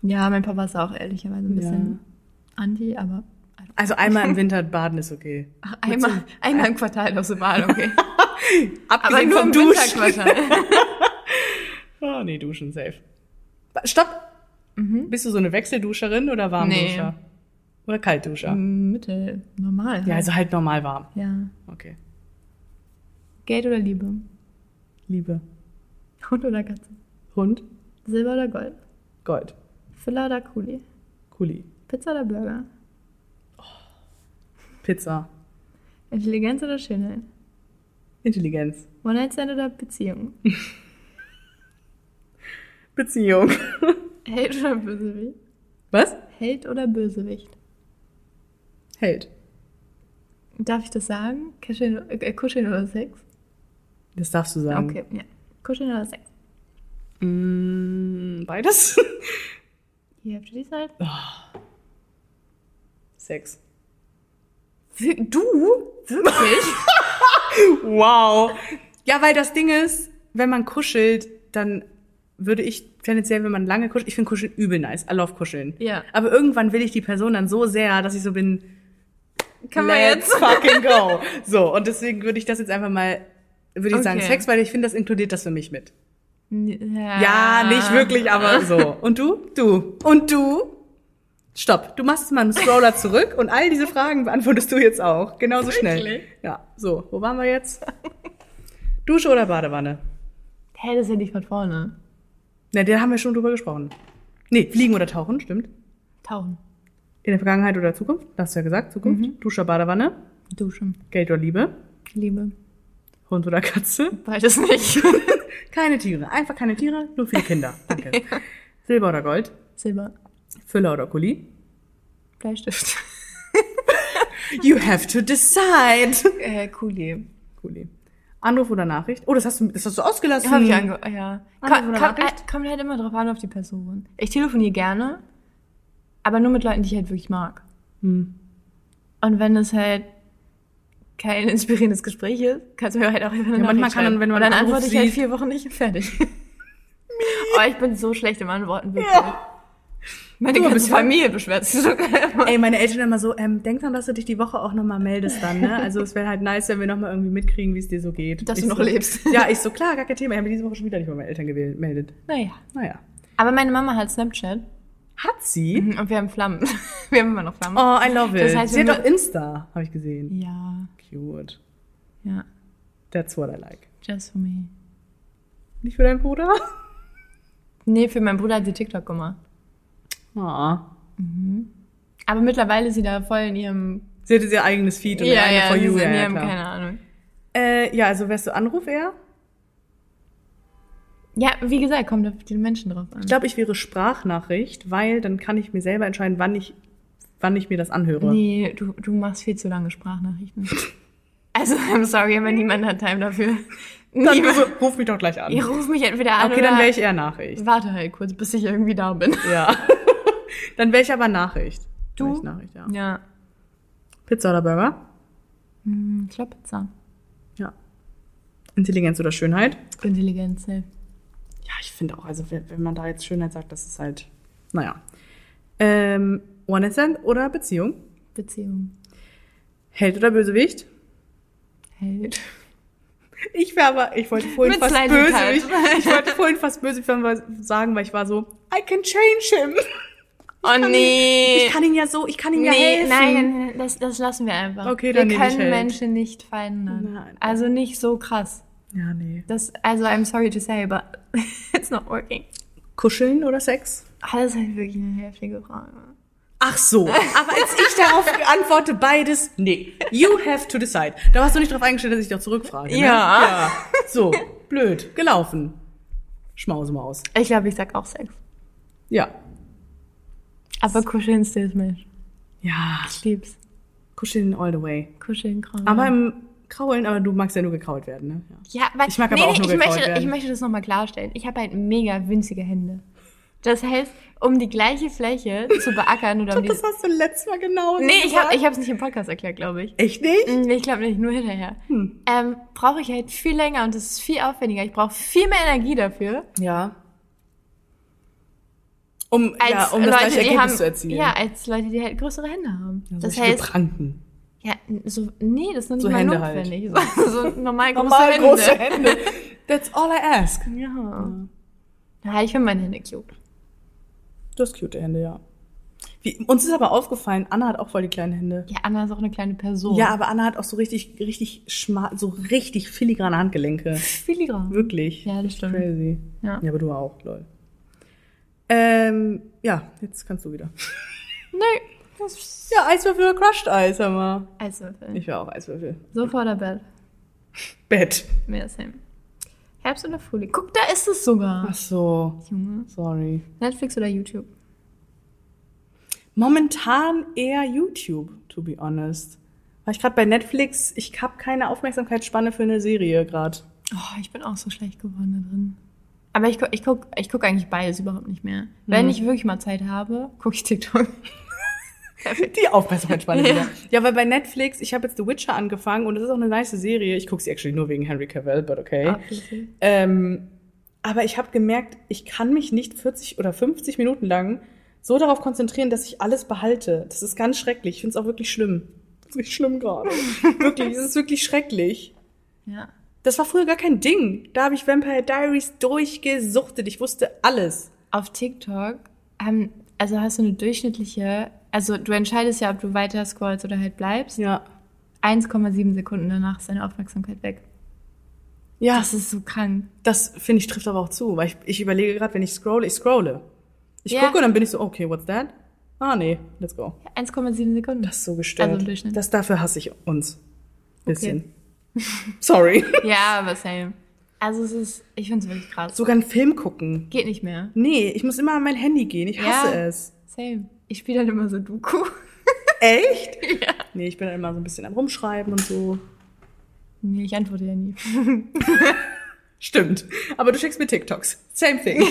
Speaker 2: Ja, mein Papa ist auch ehrlicherweise ein bisschen anti, aber
Speaker 1: Also einmal im Winter baden ist okay.
Speaker 2: Ach, einmal, einmal im Quartal noch so Bad, okay. aber
Speaker 1: Abgesehen
Speaker 2: nur
Speaker 1: vom
Speaker 2: im
Speaker 1: Duschen.
Speaker 2: Winterquartal.
Speaker 1: Ah, nee, duschen, safe. Ba- Stopp! Bist du so eine Wechselduscherin oder Warmduscher? Oder Kaltduscher?
Speaker 2: Mhm. Mittel, normal.
Speaker 1: Ja,
Speaker 2: halt.
Speaker 1: also halt normal warm.
Speaker 2: ja.
Speaker 1: Okay.
Speaker 2: Geld oder Liebe?
Speaker 1: Liebe.
Speaker 2: Hund oder Katze?
Speaker 1: Hund,
Speaker 2: Silber oder Gold?
Speaker 1: Gold,
Speaker 2: Filler oder Kuli?
Speaker 1: Kuli,
Speaker 2: Pizza oder Burger?
Speaker 1: Pizza,
Speaker 2: Intelligenz oder Schönheit?
Speaker 1: Intelligenz,
Speaker 2: One-Night-Stand oder Beziehung?
Speaker 1: Beziehung.
Speaker 2: Held oder Bösewicht?
Speaker 1: Was?
Speaker 2: Held oder Bösewicht?
Speaker 1: Held.
Speaker 2: Darf ich das sagen? Kuscheln, äh, kuscheln oder Sex?
Speaker 1: Das darfst du sagen.
Speaker 2: Okay, ja. Kuscheln oder Sex?
Speaker 1: Mm, beides?
Speaker 2: You have to decide.
Speaker 1: Sex.
Speaker 2: Du? Wirklich?
Speaker 1: Wow. Ja, weil das Ding ist, wenn man kuschelt, dann würde ich tendenziell, wenn man lange kuschelt, ich finde Kuscheln übel nice. I love Kuscheln.
Speaker 2: Ja.
Speaker 1: Aber irgendwann will ich die Person dann so sehr, dass ich so bin,
Speaker 2: Kann man
Speaker 1: let's
Speaker 2: jetzt?
Speaker 1: fucking go. So, und deswegen würde ich das jetzt einfach mal, würde ich sagen
Speaker 2: Okay.
Speaker 1: Sex, weil ich finde, das inkludiert das für mich mit.
Speaker 2: Ja,
Speaker 1: Ja, nicht wirklich, aber so. Und du? Du. Ah. Und du? Stopp. Du machst mal einen Scroller zurück und all diese Fragen beantwortest du jetzt auch. Genauso schnell.
Speaker 2: Wirklich?
Speaker 1: Ja, so. Wo waren wir jetzt? Dusche oder Badewanne?
Speaker 2: Hä, das ist ja nicht von vorne.
Speaker 1: Na, da haben wir schon drüber gesprochen. Nee, fliegen oder tauchen, stimmt.
Speaker 2: Tauchen.
Speaker 1: In der Vergangenheit oder Zukunft? Das hast du ja gesagt, Zukunft. Dusche oder Badewanne?
Speaker 2: Duschen.
Speaker 1: Geld oder Liebe?
Speaker 2: Liebe.
Speaker 1: Hund oder Katze?
Speaker 2: Beides nicht.
Speaker 1: Keine Tiere. Einfach keine Tiere, nur viele Kinder. Danke. Silber oder Gold?
Speaker 2: Silber.
Speaker 1: Füller oder Kuli?
Speaker 2: Bleistift.
Speaker 1: You have to decide.
Speaker 2: Äh, Kuli.
Speaker 1: Kuli. Anruf oder Nachricht? Oh, das hast du, das hast du ausgelassen.
Speaker 2: Hab ich ange... ah, Ja.
Speaker 1: Anruf
Speaker 2: Komm,
Speaker 1: oder
Speaker 2: komm,
Speaker 1: Nachricht?
Speaker 2: äh, kommt halt immer drauf an auf die Person. Ich telefoniere gerne, aber nur mit Leuten, die ich halt wirklich mag.
Speaker 1: Hm.
Speaker 2: Und wenn es halt kein inspirierendes Gespräch ist, kannst du mir halt auch einfach
Speaker 1: Ja,
Speaker 2: eine
Speaker 1: manchmal
Speaker 2: Nachricht
Speaker 1: kann man,
Speaker 2: schreiben.
Speaker 1: wenn man
Speaker 2: Und dann
Speaker 1: einen Anruf
Speaker 2: antworte ich halt
Speaker 1: sieht-
Speaker 2: vier Wochen nicht und fertig. oh, ich bin so schlecht im Antworten, wirklich. Meine
Speaker 1: Du
Speaker 2: ganze
Speaker 1: bist halt ja-
Speaker 2: Familie beschwert sich sogar immer.
Speaker 1: Ey, meine Eltern immer so, ähm, denk dran, dass du dich die Woche auch nochmal meldest dann, ne? Also es wäre halt nice, wenn wir nochmal irgendwie mitkriegen, wie es dir so geht.
Speaker 2: Dass
Speaker 1: ich
Speaker 2: du noch
Speaker 1: so,
Speaker 2: lebst.
Speaker 1: Ja, ich so, klar, gar kein Thema. Ich habe mich diese Woche schon wieder nicht bei meinen Eltern gemeldet.
Speaker 2: Naja.
Speaker 1: Naja.
Speaker 2: Aber meine Mama hat Snapchat
Speaker 1: Hat sie?
Speaker 2: und wir haben Flammen. Wir haben immer noch Flammen.
Speaker 1: Mhm. Oh, I love it.
Speaker 2: Mhm. Das heißt,
Speaker 1: sie
Speaker 2: wir
Speaker 1: hat
Speaker 2: mü-
Speaker 1: auch Insta, habe ich gesehen.
Speaker 2: Ja,
Speaker 1: Cute.
Speaker 2: ja.
Speaker 1: That's what I like.
Speaker 2: Just for me.
Speaker 1: Nicht für deinen Bruder?
Speaker 2: Nee, für meinen Bruder hat sie TikTok gemacht.
Speaker 1: Ah.
Speaker 2: Aber mittlerweile ist sie da voll in ihrem...
Speaker 1: Sie hatte ihr eigenes Feed und ihr
Speaker 2: sie
Speaker 1: For You.
Speaker 2: ist in
Speaker 1: ja,
Speaker 2: ihrem,
Speaker 1: klar.
Speaker 2: keine Ahnung.
Speaker 1: Äh, ja, also wärst du Anruf eher?
Speaker 2: Ja, wie gesagt, kommt auf den Menschen drauf an.
Speaker 1: Ich glaube, ich wäre Sprachnachricht, weil dann kann ich mir selber entscheiden, wann ich, wann ich mir das anhöre.
Speaker 2: Nee, du, du machst viel zu lange Sprachnachrichten. Also, I'm sorry, aber niemand hat Time dafür.
Speaker 1: Dann
Speaker 2: Niemand.
Speaker 1: ruf- ruf mich doch gleich an.
Speaker 2: Ihr ruft mich entweder an
Speaker 1: okay,
Speaker 2: oder
Speaker 1: dann wäre ich eher Nachricht.
Speaker 2: warte halt kurz, bis ich irgendwie da bin.
Speaker 1: Ja. dann wäre ich aber Nachricht.
Speaker 2: Du?
Speaker 1: Wär ich Nachricht, ja.
Speaker 2: Ja.
Speaker 1: Pizza oder Burger?
Speaker 2: Hm, Ich glaube Pizza.
Speaker 1: Ja. Intelligenz oder Schönheit?
Speaker 2: Intelligenz, safe.
Speaker 1: Ja, ich finde auch, also wenn wenn man da jetzt Schönheit sagt, das ist halt, naja. Ähm, One Night Stand oder Beziehung?
Speaker 2: Beziehung.
Speaker 1: Held oder Bösewicht?
Speaker 2: Held.
Speaker 1: Ich wäre aber, ich wollte vorhin
Speaker 2: Mit
Speaker 1: fast
Speaker 2: Slightly
Speaker 1: böse, ich, ich wollte vorhin fast böse sagen, weil ich war so, I can change him.
Speaker 2: Oh nee.
Speaker 1: Ich kann ihn ja so, ich kann ihm ja
Speaker 2: Nee,
Speaker 1: helfen.
Speaker 2: nein, nein, nein, das, das lassen wir einfach.
Speaker 1: Okay,
Speaker 2: wir
Speaker 1: dann nehme ich
Speaker 2: können
Speaker 1: Held.
Speaker 2: Menschen nicht verändern.
Speaker 1: Nein.
Speaker 2: Also nicht so krass.
Speaker 1: Ja, nee.
Speaker 2: Das, also I'm sorry to say, but it's not working.
Speaker 1: Kuscheln oder Sex?
Speaker 2: Ah, das ist halt wirklich eine heftige Frage.
Speaker 1: Ach so. Aber als ich darauf antworte, beides, nee. You have to decide. Da warst du nicht drauf eingestellt, dass ich doch zurückfrage. Ne?
Speaker 2: Ja.
Speaker 1: ja. So, blöd, gelaufen. Schmausemaus.
Speaker 2: Ich glaube, ich sag auch Sex.
Speaker 1: Ja.
Speaker 2: Aber kuscheln stills mich.
Speaker 1: Ja,
Speaker 2: Ich lieb's.
Speaker 1: kuscheln all the way.
Speaker 2: Kuscheln, kraulen.
Speaker 1: Aber im Kraulen, aber du magst ja nur gekrault werden, ne? Ja.
Speaker 2: Ja, weil,
Speaker 1: Ich mag aber auch nur
Speaker 2: ich,
Speaker 1: gekraut
Speaker 2: möchte,
Speaker 1: werden.
Speaker 2: ich möchte das nochmal klarstellen. Ich habe halt mega winzige Hände. Das heißt, um die gleiche Fläche zu beackern oder um die...
Speaker 1: Das hast du letztes Mal genau so
Speaker 2: Nee, ich
Speaker 1: gesagt.
Speaker 2: habe ich hab's nicht im Podcast erklärt, glaube ich.
Speaker 1: Echt nicht?
Speaker 2: Mm, Ich glaube nicht, nur hinterher.
Speaker 1: Hm.
Speaker 2: Ähm, brauche ich halt viel länger und es ist viel aufwendiger. Ich brauche viel mehr Energie dafür,
Speaker 1: Ja. Um,
Speaker 2: als
Speaker 1: ja, um
Speaker 2: Leute,
Speaker 1: das gleiche
Speaker 2: die
Speaker 1: Ergebnis
Speaker 2: haben,
Speaker 1: zu erzielen.
Speaker 2: Ja, als Leute, die halt größere Hände haben.
Speaker 1: Also
Speaker 2: das
Speaker 1: richtige
Speaker 2: heißt,
Speaker 1: Pranken.
Speaker 2: ja, so, nee, das ist noch nicht
Speaker 1: So
Speaker 2: mal
Speaker 1: Hände halt.
Speaker 2: notwendig. So, so normal große
Speaker 1: Normal
Speaker 2: Hände.
Speaker 1: große Hände. That's all I ask.
Speaker 2: Ja. ja, ich finde meine Hände cute.
Speaker 1: Du hast cute Hände, ja. Wie, uns ist aber aufgefallen, Anna hat auch voll die kleinen Hände.
Speaker 2: Ja, Anna ist auch eine kleine Person.
Speaker 1: Ja, aber Anna hat auch so richtig, richtig schmal, so richtig filigrane Handgelenke.
Speaker 2: Filigran.
Speaker 1: Wirklich.
Speaker 2: Ja, das stimmt.
Speaker 1: Crazy.
Speaker 2: Ja.
Speaker 1: Ja, aber du auch, lol. Ähm, ja, jetzt kannst du wieder.
Speaker 2: Nee. Das ist
Speaker 1: Ja, Eiswürfel oder Crushed Eis, haben wir.
Speaker 2: Eiswürfel.
Speaker 1: Ich war auch Eiswürfel.
Speaker 2: Sofa oder Bett?
Speaker 1: Bett.
Speaker 2: Mehr same. Herbst oder Frühling? Guck, da ist es sogar.
Speaker 1: Ach so,
Speaker 2: Junge.
Speaker 1: sorry.
Speaker 2: Netflix oder YouTube?
Speaker 1: Momentan eher YouTube, to be honest. Weil ich gerade bei Netflix, ich habe keine Aufmerksamkeitsspanne für eine Serie gerade.
Speaker 2: Oh, ich bin auch so schlecht geworden da drin. Aber ich, gu ich gucke ich guck eigentlich beides überhaupt nicht mehr. Wenn ich wirklich mal Zeit habe, gucke ich TikTok.
Speaker 1: Die Aufmerksamkeitsspanne
Speaker 2: Ja.
Speaker 1: wieder. Ja, weil bei Netflix, ich habe jetzt The Witcher angefangen und das ist auch eine nice Serie. Ich gucke sie actually nur wegen Henry Cavill, but okay.
Speaker 2: Ah. Abgesehen.
Speaker 1: Ähm, aber ich habe gemerkt, ich kann mich nicht 40 oder 50 Minuten lang so darauf konzentrieren, dass ich alles behalte. Das ist ganz schrecklich. Ich finde es auch wirklich schlimm. Das ist richtig schlimm gerade. wirklich, es ist wirklich schrecklich.
Speaker 2: Ja.
Speaker 1: Das war früher gar kein Ding. Da habe ich Vampire Diaries durchgesuchtet. Ich wusste alles.
Speaker 2: Auf TikTok, ähm, also hast du eine durchschnittliche, also du entscheidest ja, ob du weiter scrollst oder halt bleibst.
Speaker 1: Ja.
Speaker 2: 1,7 Sekunden danach ist deine Aufmerksamkeit weg.
Speaker 1: Ja,
Speaker 2: Das ist so krank.
Speaker 1: Das finde ich trifft aber auch zu, weil ich, ich überlege gerade, wenn ich scrolle, ich scrolle. Ich
Speaker 2: Ja.
Speaker 1: gucke und dann bin ich so, okay, what's that? Ah nee, let's go.
Speaker 2: 1,7 Sekunden.
Speaker 1: Das ist so gestört.
Speaker 2: Also im Durchschnitt.
Speaker 1: das dafür hasse ich uns. Bisschen. Sorry.
Speaker 2: Ja, aber same. Also es ist, ich finde es wirklich krass.
Speaker 1: Sogar einen Film gucken.
Speaker 2: Geht nicht mehr.
Speaker 1: Nee, ich muss immer an mein Handy gehen. Ich hasse
Speaker 2: Ja.
Speaker 1: es.
Speaker 2: Same. Ich spiele dann immer so Doku.
Speaker 1: Echt? Ja. Nee, ich bin dann immer so ein bisschen am Rumschreiben und so.
Speaker 2: Nee, ich antworte ja nie.
Speaker 1: Stimmt. Aber du schickst mir TikToks. Same thing.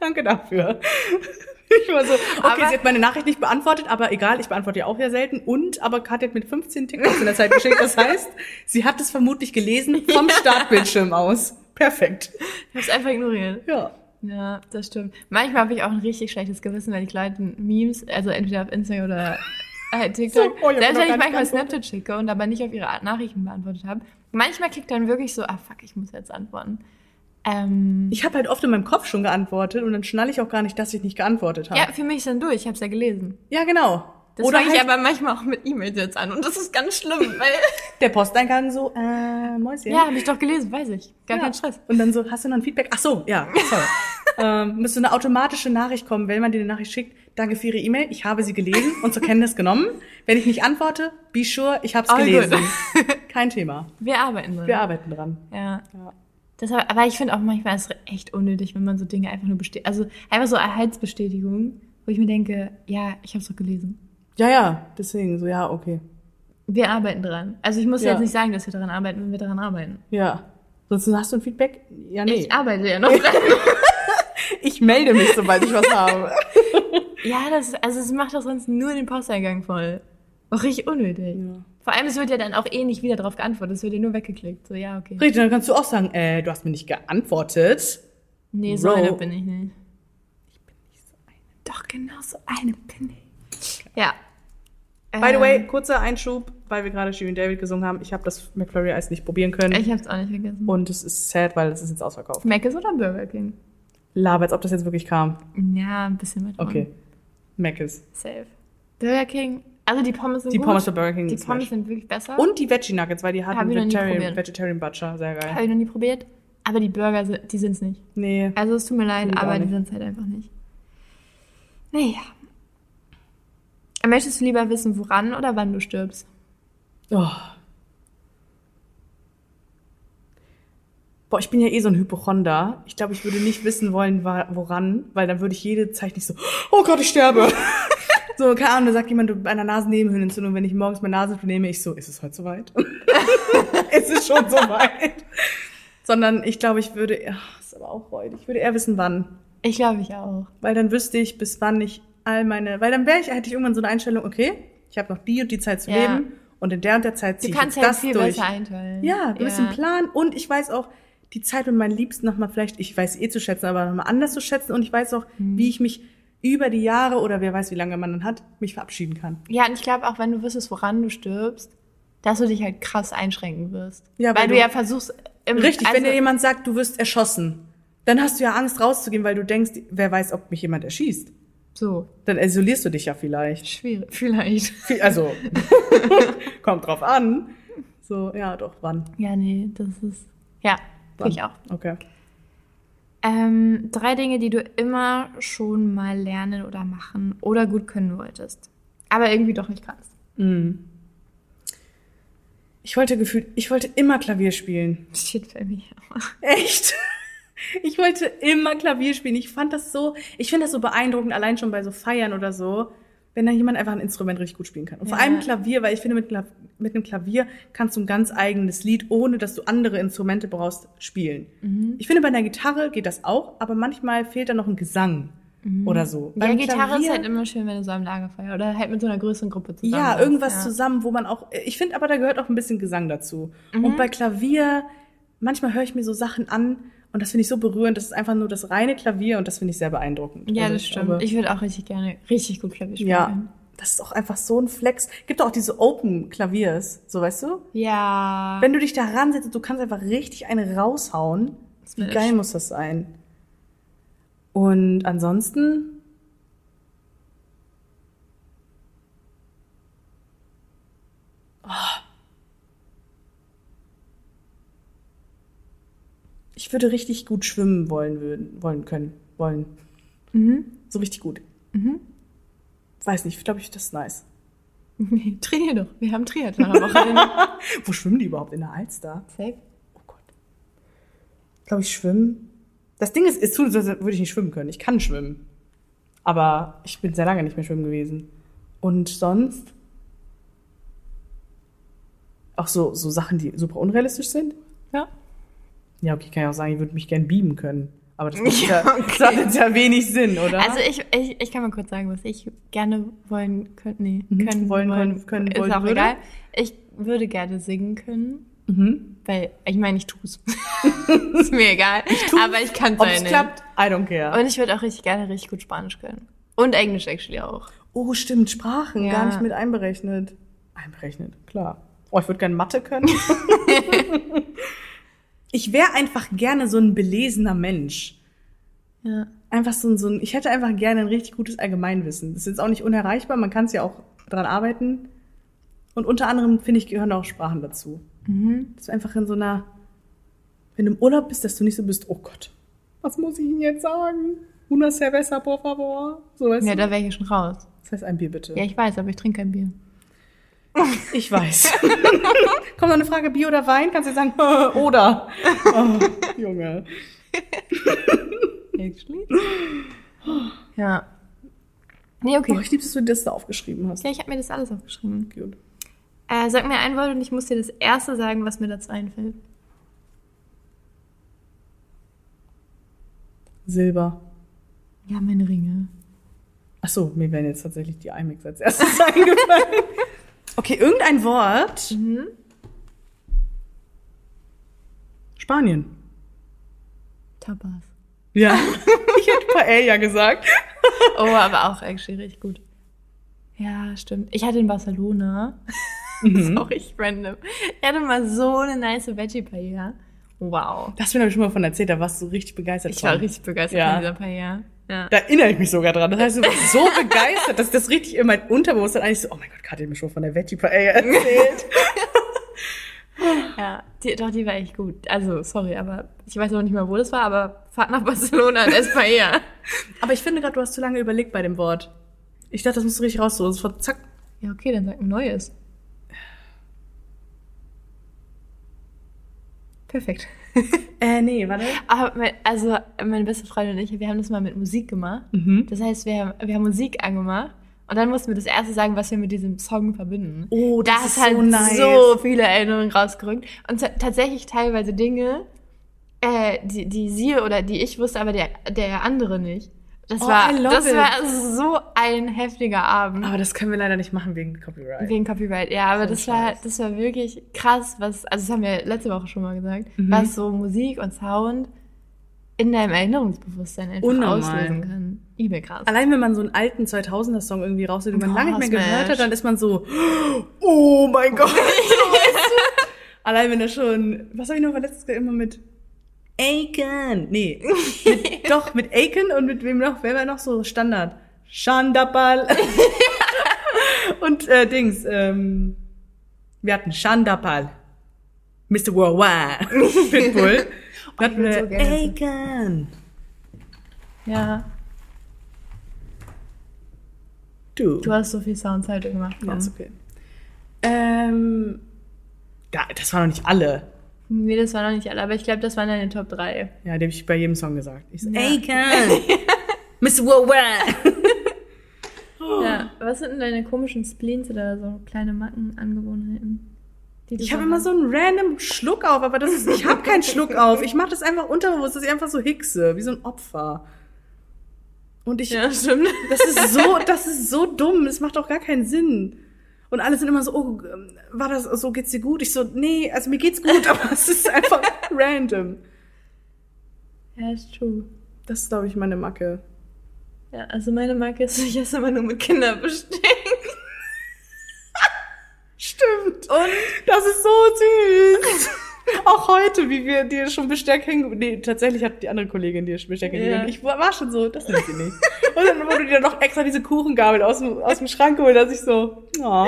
Speaker 1: Danke dafür. Ich war so, okay,
Speaker 2: Aber-
Speaker 1: sie hat meine Nachricht nicht beantwortet, aber egal, ich beantworte ja auch ja selten. Und, aber Katja hat mit 15 TikToks in der Zeit geschickt. Das heißt, sie hat es vermutlich gelesen vom Startbildschirm aus. Perfekt.
Speaker 2: Ich hab's einfach ignoriert.
Speaker 1: Ja.
Speaker 2: Ja, das stimmt. Manchmal habe ich auch ein richtig schlechtes Gewissen, wenn ich Leuten Memes, also entweder auf Instagram oder äh, TikTok,
Speaker 1: So, oh, ich hab noch
Speaker 2: selbst wenn ich
Speaker 1: gar nicht
Speaker 2: manchmal Snapchat schicke und aber nicht auf ihre Art Nachrichten beantwortet habe, manchmal klickt dann wirklich so, ah fuck, ich muss jetzt antworten. Ähm,
Speaker 1: Ich habe halt oft in meinem Kopf schon geantwortet und dann schnalle ich auch gar nicht, dass ich nicht geantwortet habe.
Speaker 2: ja, für mich ist dann durch, ich hab's ja gelesen.
Speaker 1: Ja, genau.
Speaker 2: Das
Speaker 1: Oder
Speaker 2: fange ich
Speaker 1: halt
Speaker 2: aber manchmal auch mit E-Mails jetzt an und das ist ganz schlimm, weil...
Speaker 1: der Posteingang so, äh, Mäuschen.
Speaker 2: ja, habe ich doch gelesen, weiß ich. Gar
Speaker 1: Ja.
Speaker 2: kein Stress.
Speaker 1: Und dann so, hast du noch ein Feedback? Ach so, ja, sorry. ähm, müsste eine automatische Nachricht kommen, wenn man dir eine Nachricht schickt. Danke für Ihre E-Mail. Ich habe sie gelesen und zur Kenntnis genommen. Wenn ich nicht antworte, be sure, ich habe es
Speaker 2: All
Speaker 1: gelesen. Kein Thema.
Speaker 2: Wir arbeiten dran.
Speaker 1: Wir arbeiten dran.
Speaker 2: Ja.
Speaker 1: Ja.
Speaker 2: Das, aber aber ich finde auch manchmal ist es echt unnötig, wenn man so Dinge einfach nur bestätigt. Also einfach so Erhaltsbestätigung, wo ich mir denke, ja, ich habe es doch gelesen.
Speaker 1: Ja, ja, deswegen so, ja, okay.
Speaker 2: Wir arbeiten dran. Also ich muss
Speaker 1: Ja.
Speaker 2: jetzt nicht sagen, dass wir daran arbeiten, wenn wir daran arbeiten.
Speaker 1: Ja. Sonst hast du ein Feedback? Ja, nee.
Speaker 2: Ich arbeite ja noch dran.
Speaker 1: Ich, melde mich, sobald ich was habe.
Speaker 2: ja, das ist, also es macht doch sonst nur den Posteingang voll. Auch richtig unnötig.
Speaker 1: Ja.
Speaker 2: Vor allem, es wird ja dann auch eh nicht wieder drauf geantwortet. Es wird ja nur weggeklickt. So, ja, okay.
Speaker 1: Richtig, dann kannst du auch sagen, äh, du hast mir nicht geantwortet.
Speaker 2: Nee, so
Speaker 1: Bro.
Speaker 2: eine bin ich nicht. Ich bin nicht so eine. Doch, genau so eine bin ich. Ja.
Speaker 1: By the
Speaker 2: Ähm,
Speaker 1: way, kurzer Einschub, weil wir gerade Shirin David gesungen haben. Ich habe das McFlurry-Eis nicht probieren können.
Speaker 2: Ähm, Ich hab's auch nicht vergessen.
Speaker 1: Und es ist sad, weil es ist jetzt ausverkauft.
Speaker 2: Mc's oder Burger King?
Speaker 1: Laber, als ob das jetzt wirklich kam.
Speaker 2: Ja, ein bisschen mit.
Speaker 1: Okay. Meckes.
Speaker 2: Safe. Burger King. Also die Pommes sind
Speaker 1: Die
Speaker 2: gut.
Speaker 1: Pommes bei Burger King
Speaker 2: Die
Speaker 1: sind
Speaker 2: Pommes
Speaker 1: smash.
Speaker 2: sind wirklich besser.
Speaker 1: Und die Veggie Nuggets, weil die
Speaker 2: Hab
Speaker 1: hatten
Speaker 2: ich noch nie
Speaker 1: Vegetarian,
Speaker 2: probiert.
Speaker 1: Vegetarian Butcher. Sehr geil.
Speaker 2: Habe ich noch nie probiert. Aber die Burger, sind- die sind's nicht.
Speaker 1: Nee.
Speaker 2: Also es tut mir leid,
Speaker 1: Geht auch
Speaker 2: aber die
Speaker 1: nicht.
Speaker 2: sind's halt einfach nicht. Naja. Möchtest du lieber wissen, woran oder wann du stirbst?
Speaker 1: Oh. Boah, ich bin ja eh so ein Hypochonder. Ich glaube, ich würde nicht wissen wollen, wa- woran, weil dann würde ich jede Zeit nicht so, oh Gott, ich sterbe. so, keine Ahnung, da sagt jemand, du bei einer Nasennebenhöhlenentzündung, wenn ich morgens meine Nase nehme, ich so, ist es heute soweit? ist es schon soweit? Sondern ich glaube, ich würde, ach, ist aber auch räudig, ich würde eher wissen, wann.
Speaker 2: Ich glaube, ich auch.
Speaker 1: Weil dann wüsste ich, bis wann ich all meine, weil dann wäre ich, hätte ich irgendwann so eine Einstellung, okay, ich habe noch die und die Zeit zu
Speaker 2: Ja.
Speaker 1: leben und in der und der Zeit
Speaker 2: Du
Speaker 1: ziehe ich
Speaker 2: kannst
Speaker 1: jetzt
Speaker 2: ja
Speaker 1: das
Speaker 2: viel
Speaker 1: durch.
Speaker 2: besser einteilen.
Speaker 1: Ja, du bist im Plan und ich weiß auch, die Zeit mit meinen Liebsten nochmal vielleicht, ich weiß eh zu schätzen, aber nochmal anders zu schätzen und ich weiß auch,
Speaker 2: Hm.
Speaker 1: wie ich mich über die Jahre oder wer weiß, wie lange man dann hat, mich verabschieden kann.
Speaker 2: Ja, und ich glaube auch, wenn du wüsstest, woran du stirbst, dass du dich halt krass einschränken wirst.
Speaker 1: Ja,
Speaker 2: weil
Speaker 1: weil
Speaker 2: du
Speaker 1: du-
Speaker 2: ja versuchst. Im,
Speaker 1: Richtig, wenn
Speaker 2: also-
Speaker 1: dir jemand sagt, du wirst erschossen, dann hast du ja Angst rauszugehen, weil du denkst, wer weiß, ob mich jemand erschießt.
Speaker 2: So,
Speaker 1: Dann isolierst du dich ja vielleicht.
Speaker 2: schwierig. Vielleicht.
Speaker 1: Viel- Also, kommt drauf an. So, ja, doch, wann?
Speaker 2: Ja, nee, das ist. Ja,
Speaker 1: Wann?
Speaker 2: finde ich auch.
Speaker 1: Okay.
Speaker 2: Ähm, drei Dinge, die du immer schon mal lernen oder machen oder gut können wolltest. Aber irgendwie doch nicht kannst.
Speaker 1: Mm. Ich wollte gefühlt, ich wollte immer Klavier spielen.
Speaker 2: Shit für mich.
Speaker 1: Echt? Ich wollte immer Klavier spielen. Ich fand das so, ich finde das so beeindruckend, allein schon bei so Feiern oder so, wenn da jemand einfach ein Instrument richtig gut spielen kann. Und vor
Speaker 2: Ja.
Speaker 1: allem Klavier, weil ich finde, mit, Klav- mit einem Klavier kannst du ein ganz eigenes Lied, ohne dass du andere Instrumente brauchst, spielen.
Speaker 2: Mhm.
Speaker 1: Ich finde, bei einer Gitarre geht das auch, aber manchmal fehlt da noch ein Gesang oder so.
Speaker 2: Mhm. Ja,
Speaker 1: Beim
Speaker 2: Gitarre ist
Speaker 1: Klavier-
Speaker 2: halt immer schön, wenn du so am Lagerfeuer oder halt mit so einer größeren Gruppe zusammen
Speaker 1: ja,
Speaker 2: bist,
Speaker 1: irgendwas
Speaker 2: ja.
Speaker 1: zusammen, wo man auch. Ich finde aber, da gehört auch ein bisschen Gesang dazu.
Speaker 2: Mhm.
Speaker 1: Und bei Klavier, manchmal höre ich mir so Sachen an und das finde ich so berührend. Das ist einfach nur das reine Klavier und das finde ich sehr beeindruckend.
Speaker 2: Ja,
Speaker 1: Also
Speaker 2: das
Speaker 1: ich
Speaker 2: stimmt.
Speaker 1: glaube,
Speaker 2: Ich würde auch richtig gerne richtig gut Klavier spielen.
Speaker 1: ja,
Speaker 2: können.
Speaker 1: das ist auch einfach so ein Flex. Gibt auch diese Open Klaviers, so weißt du?
Speaker 2: Ja.
Speaker 1: Wenn du dich da ransetzt, du kannst einfach richtig eine raushauen.
Speaker 2: Das
Speaker 1: Wie
Speaker 2: wär
Speaker 1: geil muss das sein? Und ansonsten. Oh. Ich würde richtig gut schwimmen wollen, würden, wollen können. Wollen.
Speaker 2: Mhm.
Speaker 1: So richtig gut.
Speaker 2: Mhm.
Speaker 1: Weiß nicht, ich glaube, ich das ist nice.
Speaker 2: Nee, trainier doch. Wir haben Triathlon am Wochenende.
Speaker 1: Wo schwimmen die überhaupt? In der Alster?
Speaker 2: Safe.
Speaker 1: Oh Gott. Glaube ich, schwimmen. Das Ding ist, ist zusätzlich würde ich nicht schwimmen können. Ich kann schwimmen. Aber ich bin sehr lange nicht mehr schwimmen gewesen. Und sonst? Auch so, so Sachen, die super unrealistisch sind?
Speaker 2: Ja.
Speaker 1: Ja, okay, kann ich auch sagen, ich würde mich gern beamen können. Aber das macht, ja, das hat jetzt ja wenig Sinn, oder?
Speaker 2: Also ich, ich, ich kann mal kurz sagen, was ich gerne wollen könnte. Nee,
Speaker 1: Mhm.
Speaker 2: können
Speaker 1: Wollen, können, können,
Speaker 2: Ist
Speaker 1: wollen
Speaker 2: auch
Speaker 1: würde.
Speaker 2: egal. Ich würde gerne singen können,
Speaker 1: mhm.
Speaker 2: weil ich meine, ich tue es. ist mir egal. aber ich kann es
Speaker 1: Ob es
Speaker 2: halt nicht.
Speaker 1: klappt, I don't care.
Speaker 2: Und ich würde auch richtig gerne richtig gut Spanisch können. Und Englisch actually auch.
Speaker 1: oh, stimmt, Sprachen,
Speaker 2: Ja.
Speaker 1: gar nicht mit einberechnet. Einberechnet, klar. Oh, ich würde gern Mathe können. ich wäre einfach gerne so ein belesener Mensch.
Speaker 2: Ja.
Speaker 1: Einfach so ein, so ein, ich hätte einfach gerne ein richtig gutes Allgemeinwissen. Das ist jetzt auch nicht unerreichbar, man kann es ja auch dran arbeiten. Und unter anderem, finde ich, gehören auch Sprachen dazu.
Speaker 2: Mhm.
Speaker 1: Dass du einfach in so einer, wenn du im Urlaub bist, dass du nicht so bist, oh Gott, was muss ich Ihnen jetzt sagen? Una cerveza, por favor. So weißt
Speaker 2: Ja,
Speaker 1: du.
Speaker 2: da wäre ich ja schon raus.
Speaker 1: Das heißt ein Bier bitte.
Speaker 2: Ja, ich weiß, aber ich trinke kein Bier.
Speaker 1: Ich weiß. Kommt noch eine Frage, Bier oder Wein? Kannst du sagen, äh, oder? Oh, Junge.
Speaker 2: Actually? ja. Nee, okay.
Speaker 1: Boah, ich liebe es, dass du das da aufgeschrieben hast.
Speaker 2: Ja, ich habe mir das alles aufgeschrieben.
Speaker 1: Gut.
Speaker 2: Äh, sag mir ein Wort und ich muss dir das erste sagen, was mir dazu einfällt.
Speaker 1: Silber.
Speaker 2: Ja, meine Ringe.
Speaker 1: Ach so, mir wären jetzt tatsächlich die IMAX als erstes eingefallen. Okay, irgendein Wort.
Speaker 2: Mhm.
Speaker 1: Spanien.
Speaker 2: Tapas.
Speaker 1: Ja. Ich hätte Paella gesagt.
Speaker 2: Oh, aber auch actually richtig gut. Ja, stimmt. Ich hatte in Barcelona,
Speaker 1: Mhm.
Speaker 2: auch ich random, ich hatte mal so eine nice Veggie Paella. Wow.
Speaker 1: Das habe ich schon mal von erzählt, da warst du richtig begeistert
Speaker 2: Ich war
Speaker 1: von.
Speaker 2: richtig begeistert
Speaker 1: Ja.
Speaker 2: von dieser Paella. Ja.
Speaker 1: Da erinnere ich mich sogar dran. Das heißt, ich war so begeistert, dass ich das richtig in mein Unterbewusstsein eigentlich so, oh mein Gott, Katja hat mir schon von der Veggie Paella erzählt.
Speaker 2: Ja, die, doch, die war echt gut. Also, sorry, aber ich weiß auch nicht mehr, wo das war, aber fahrt nach Barcelona in España.
Speaker 1: Aber ich finde gerade, du hast zu lange überlegt bei dem Wort. Ich dachte, das musst du richtig raussuchen. Das war zack.
Speaker 2: ja, okay, dann sag ein neues. Perfekt.
Speaker 1: Äh, nee, warte.
Speaker 2: Aber mein, also meine beste Freundin und ich, wir haben das mal mit Musik gemacht.
Speaker 1: Mhm.
Speaker 2: Das heißt, wir haben, wir haben Musik angemacht und dann mussten wir das erste sagen, was wir mit diesem Song verbinden.
Speaker 1: Oh,
Speaker 2: da
Speaker 1: das
Speaker 2: ist
Speaker 1: ist
Speaker 2: halt
Speaker 1: so nice.
Speaker 2: so viele Erinnerungen rausgerückt. Und ta- tatsächlich teilweise Dinge, äh, die, die sie oder die ich wusste, aber der, der andere nicht. Das,
Speaker 1: Oh,
Speaker 2: war,
Speaker 1: I love
Speaker 2: das
Speaker 1: it.
Speaker 2: war so ein heftiger Abend.
Speaker 1: Aber das können wir leider nicht machen wegen Copyright.
Speaker 2: Wegen Copyright, ja, aber
Speaker 1: So
Speaker 2: das
Speaker 1: ein
Speaker 2: war,
Speaker 1: Scheiß.
Speaker 2: das war wirklich krass, was, also das haben wir letzte Woche schon mal gesagt,
Speaker 1: Mhm.
Speaker 2: was so Musik und Sound in deinem Erinnerungsbewusstsein einfach
Speaker 1: Unnormal.
Speaker 2: auslösen kann. Übel krass.
Speaker 1: Allein wenn man so einen alten 2000er Song irgendwie raussucht, den man
Speaker 2: Oh,
Speaker 1: lange nicht mehr
Speaker 2: Smash.
Speaker 1: gehört hat, dann ist man so, oh mein Gott. Allein wenn er schon, was habe ich noch mal letztes Jahr immer mit Aiken, nee, mit, doch mit Aiken und mit wem noch, wer war noch so Standard? Shandapal und äh, Dings. Ähm, wir hatten Shandapal, Mr. Worldwide, Pitbull.
Speaker 2: Oh, ich
Speaker 1: Dann hatten
Speaker 2: würd
Speaker 1: wir
Speaker 2: so gerne singen.
Speaker 1: Aiken. Also-
Speaker 2: Ja,
Speaker 1: Du.
Speaker 2: du hast so viel Soundzeit Also, gemacht.
Speaker 1: Ja,
Speaker 2: Mom.
Speaker 1: ist okay. Ähm, da, das waren noch nicht alle.
Speaker 2: Nee, das war noch nicht alle, aber ich glaube, das waren deine Top 3.
Speaker 1: Ja, die habe ich bei jedem Song gesagt. Ich so,
Speaker 2: Ja.
Speaker 1: Aiken! Mr. Worldwide! Oh.
Speaker 2: Ja, was sind denn deine komischen Spleens oder so kleine Macken, Angewohnheiten? die du
Speaker 1: Ich habe immer so einen random Schluck auf, aber das ist, ich habe keinen Schluck auf. Ich mache das einfach unterbewusst, dass ich einfach so hickse, wie so ein Opfer. Und ich,
Speaker 2: Ja, stimmt.
Speaker 1: das ist so, das ist so dumm, das macht auch gar keinen Sinn. Und alle sind immer so, oh, ähm, war das, so geht's dir gut? Ich so, nee, also mir geht's gut, aber es ist einfach random.
Speaker 2: Ja, ist true.
Speaker 1: Das ist, glaube ich, meine Macke.
Speaker 2: Ja, also meine Marke ist, ich esse immer nur mit Kindern bestellt.
Speaker 1: Stimmt. Und das ist so süß. Auch heute, wie wir dir schon Besteck hängen. Nee, tatsächlich hat die andere Kollegin dir Besteck
Speaker 2: Ja.
Speaker 1: hängen. Ich war war schon so, das nimmt sie nicht. Und dann wurde dir noch extra diese Kuchengabel aus dem, aus dem Schrank geholt, dass ich so, ja.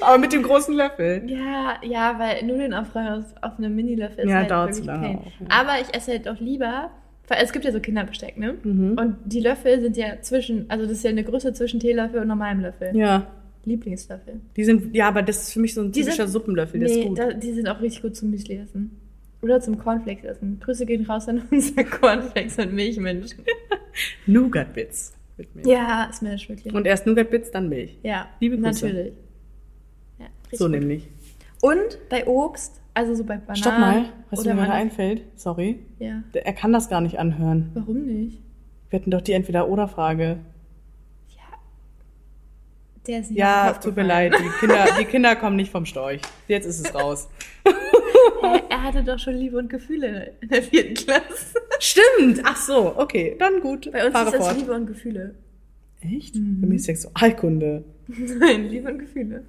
Speaker 1: Aber mit dem großen Löffel.
Speaker 2: Ja, ja, weil Nudeln aufräumen auf, auf einem Mini-Löffel ist
Speaker 1: Ja,
Speaker 2: halt
Speaker 1: dauert
Speaker 2: wirklich
Speaker 1: zu lange
Speaker 2: Pain.
Speaker 1: auch, ja.
Speaker 2: Aber ich esse halt auch lieber, weil es gibt ja so Kinderbesteck, ne?
Speaker 1: Mhm.
Speaker 2: Und die Löffel sind ja zwischen, also das ist ja eine Größe zwischen Teelöffel und normalem Löffel.
Speaker 1: Ja,
Speaker 2: Lieblingslöffel.
Speaker 1: die sind, ja, aber das ist für mich so ein
Speaker 2: Die sind-
Speaker 1: typischer Suppenlöffel, der ist
Speaker 2: nee,
Speaker 1: gut.
Speaker 2: da, die sind auch richtig gut zum Müsli essen. Oder zum Cornflakes essen. Grüße gehen raus an unsere Cornflakes und Milchmenschen.
Speaker 1: Nougat-Bits mit mir.
Speaker 2: Ja, Smash, wirklich.
Speaker 1: Und erst Nougat-Bits, dann Milch.
Speaker 2: ja,
Speaker 1: Liebe Grüße.
Speaker 2: natürlich. Ja, richtig
Speaker 1: So
Speaker 2: gut.
Speaker 1: nämlich.
Speaker 2: Und bei Obst, also so bei Bananen.
Speaker 1: Stopp mal, was
Speaker 2: oder
Speaker 1: mir gerade
Speaker 2: Bananen-
Speaker 1: einfällt. Sorry.
Speaker 2: Ja,
Speaker 1: Er kann das gar nicht anhören.
Speaker 2: warum nicht?
Speaker 1: Wir hatten doch die Entweder-Oder-Frage.
Speaker 2: Der ist nicht auf den
Speaker 1: Ja,
Speaker 2: Kopf
Speaker 1: tut mir
Speaker 2: gefallen.
Speaker 1: leid, die Kinder, die Kinder kommen nicht vom Storch. Jetzt ist es raus.
Speaker 2: Er, er hatte doch schon Liebe und Gefühle in der vierten Klasse.
Speaker 1: Stimmt! Ach so, okay, dann gut.
Speaker 2: Bei uns
Speaker 1: Fahre
Speaker 2: ist das
Speaker 1: fort.
Speaker 2: Liebe und Gefühle.
Speaker 1: Echt?
Speaker 2: Mhm.
Speaker 1: Bei mir ist Sexualkunde.
Speaker 2: Nein, Liebe und Gefühle.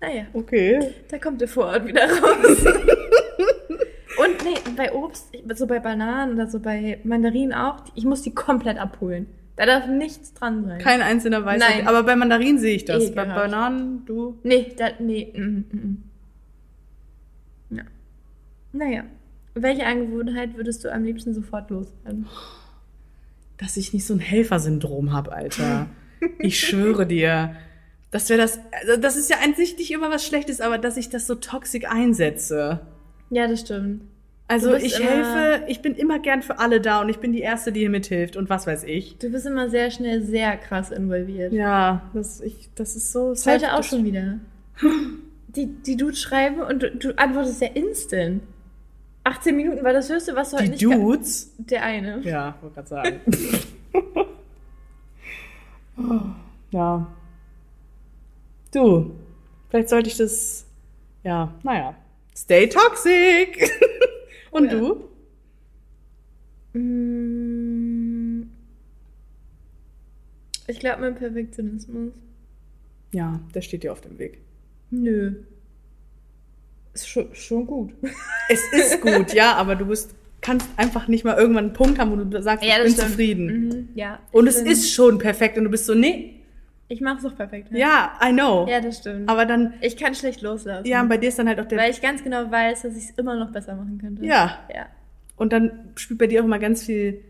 Speaker 2: Naja,
Speaker 1: Okay.
Speaker 2: da kommt der Vorort wieder raus. und nee, bei Obst, ich- so bei Bananen oder so bei Mandarinen auch, ich muss die komplett abholen. Da darf nichts dran sein.
Speaker 1: Kein einzelner weiß.
Speaker 2: Nein. Eh, genau.
Speaker 1: Aber bei Mandarinen sehe ich das. Bei
Speaker 2: Ekelhaft.
Speaker 1: Bananen, du.
Speaker 2: Nee, da, nee, mm, mm, mm. Ja. Naja. Welche Angewohnheit würdest du am liebsten sofort Also, loswerden?
Speaker 1: Dass ich nicht so ein Helfersyndrom habe, Alter. Ich schwöre dir. Das wäre das. also Das ist ja an sich nicht immer was Schlechtes, aber dass ich das so toxisch einsetze.
Speaker 2: Ja, das stimmt.
Speaker 1: Also
Speaker 2: Du bist
Speaker 1: ich
Speaker 2: immer-
Speaker 1: helfe, ich bin immer gern für alle da und ich bin die Erste, die hier mithilft und was weiß ich.
Speaker 2: Du bist immer sehr schnell sehr krass involviert.
Speaker 1: Ja, das, ich, das ist so.
Speaker 2: Das Heute
Speaker 1: self-
Speaker 2: auch
Speaker 1: das-
Speaker 2: schon wieder. Die, die Dudes schreiben und du, du antwortest ja instant. 18 Minuten war das höchste, was du heute
Speaker 1: Die
Speaker 2: nicht ge-
Speaker 1: Dudes.
Speaker 2: Der eine.
Speaker 1: Ja, wollte gerade sagen. ja. Du, vielleicht sollte ich das. Ja, naja. Stay toxic! Und
Speaker 2: Oh ja.
Speaker 1: du?
Speaker 2: Mm. Ich glaube, mein Perfektionismus.
Speaker 1: Ja, der steht dir auf dem Weg.
Speaker 2: Nö. Ist schon, schon gut.
Speaker 1: Es ist gut, ja, aber du bist kannst einfach nicht mal irgendwann einen Punkt haben, wo du sagst, ich bin
Speaker 2: stimmt.
Speaker 1: zufrieden.
Speaker 2: Mhm, ja.
Speaker 1: Und
Speaker 2: Ich
Speaker 1: es
Speaker 2: bin-
Speaker 1: ist schon perfekt und du bist so, nee,
Speaker 2: Ich mach's auch perfekt. ne?
Speaker 1: ja, I know.
Speaker 2: Ja, das stimmt.
Speaker 1: Aber dann,
Speaker 2: ich kann schlecht loslassen.
Speaker 1: ja, und bei dir ist dann halt auch der,
Speaker 2: weil ich ganz genau weiß, dass ich es immer noch besser machen könnte.
Speaker 1: ja.
Speaker 2: Ja.
Speaker 1: Und dann spielt bei dir auch mal ganz viel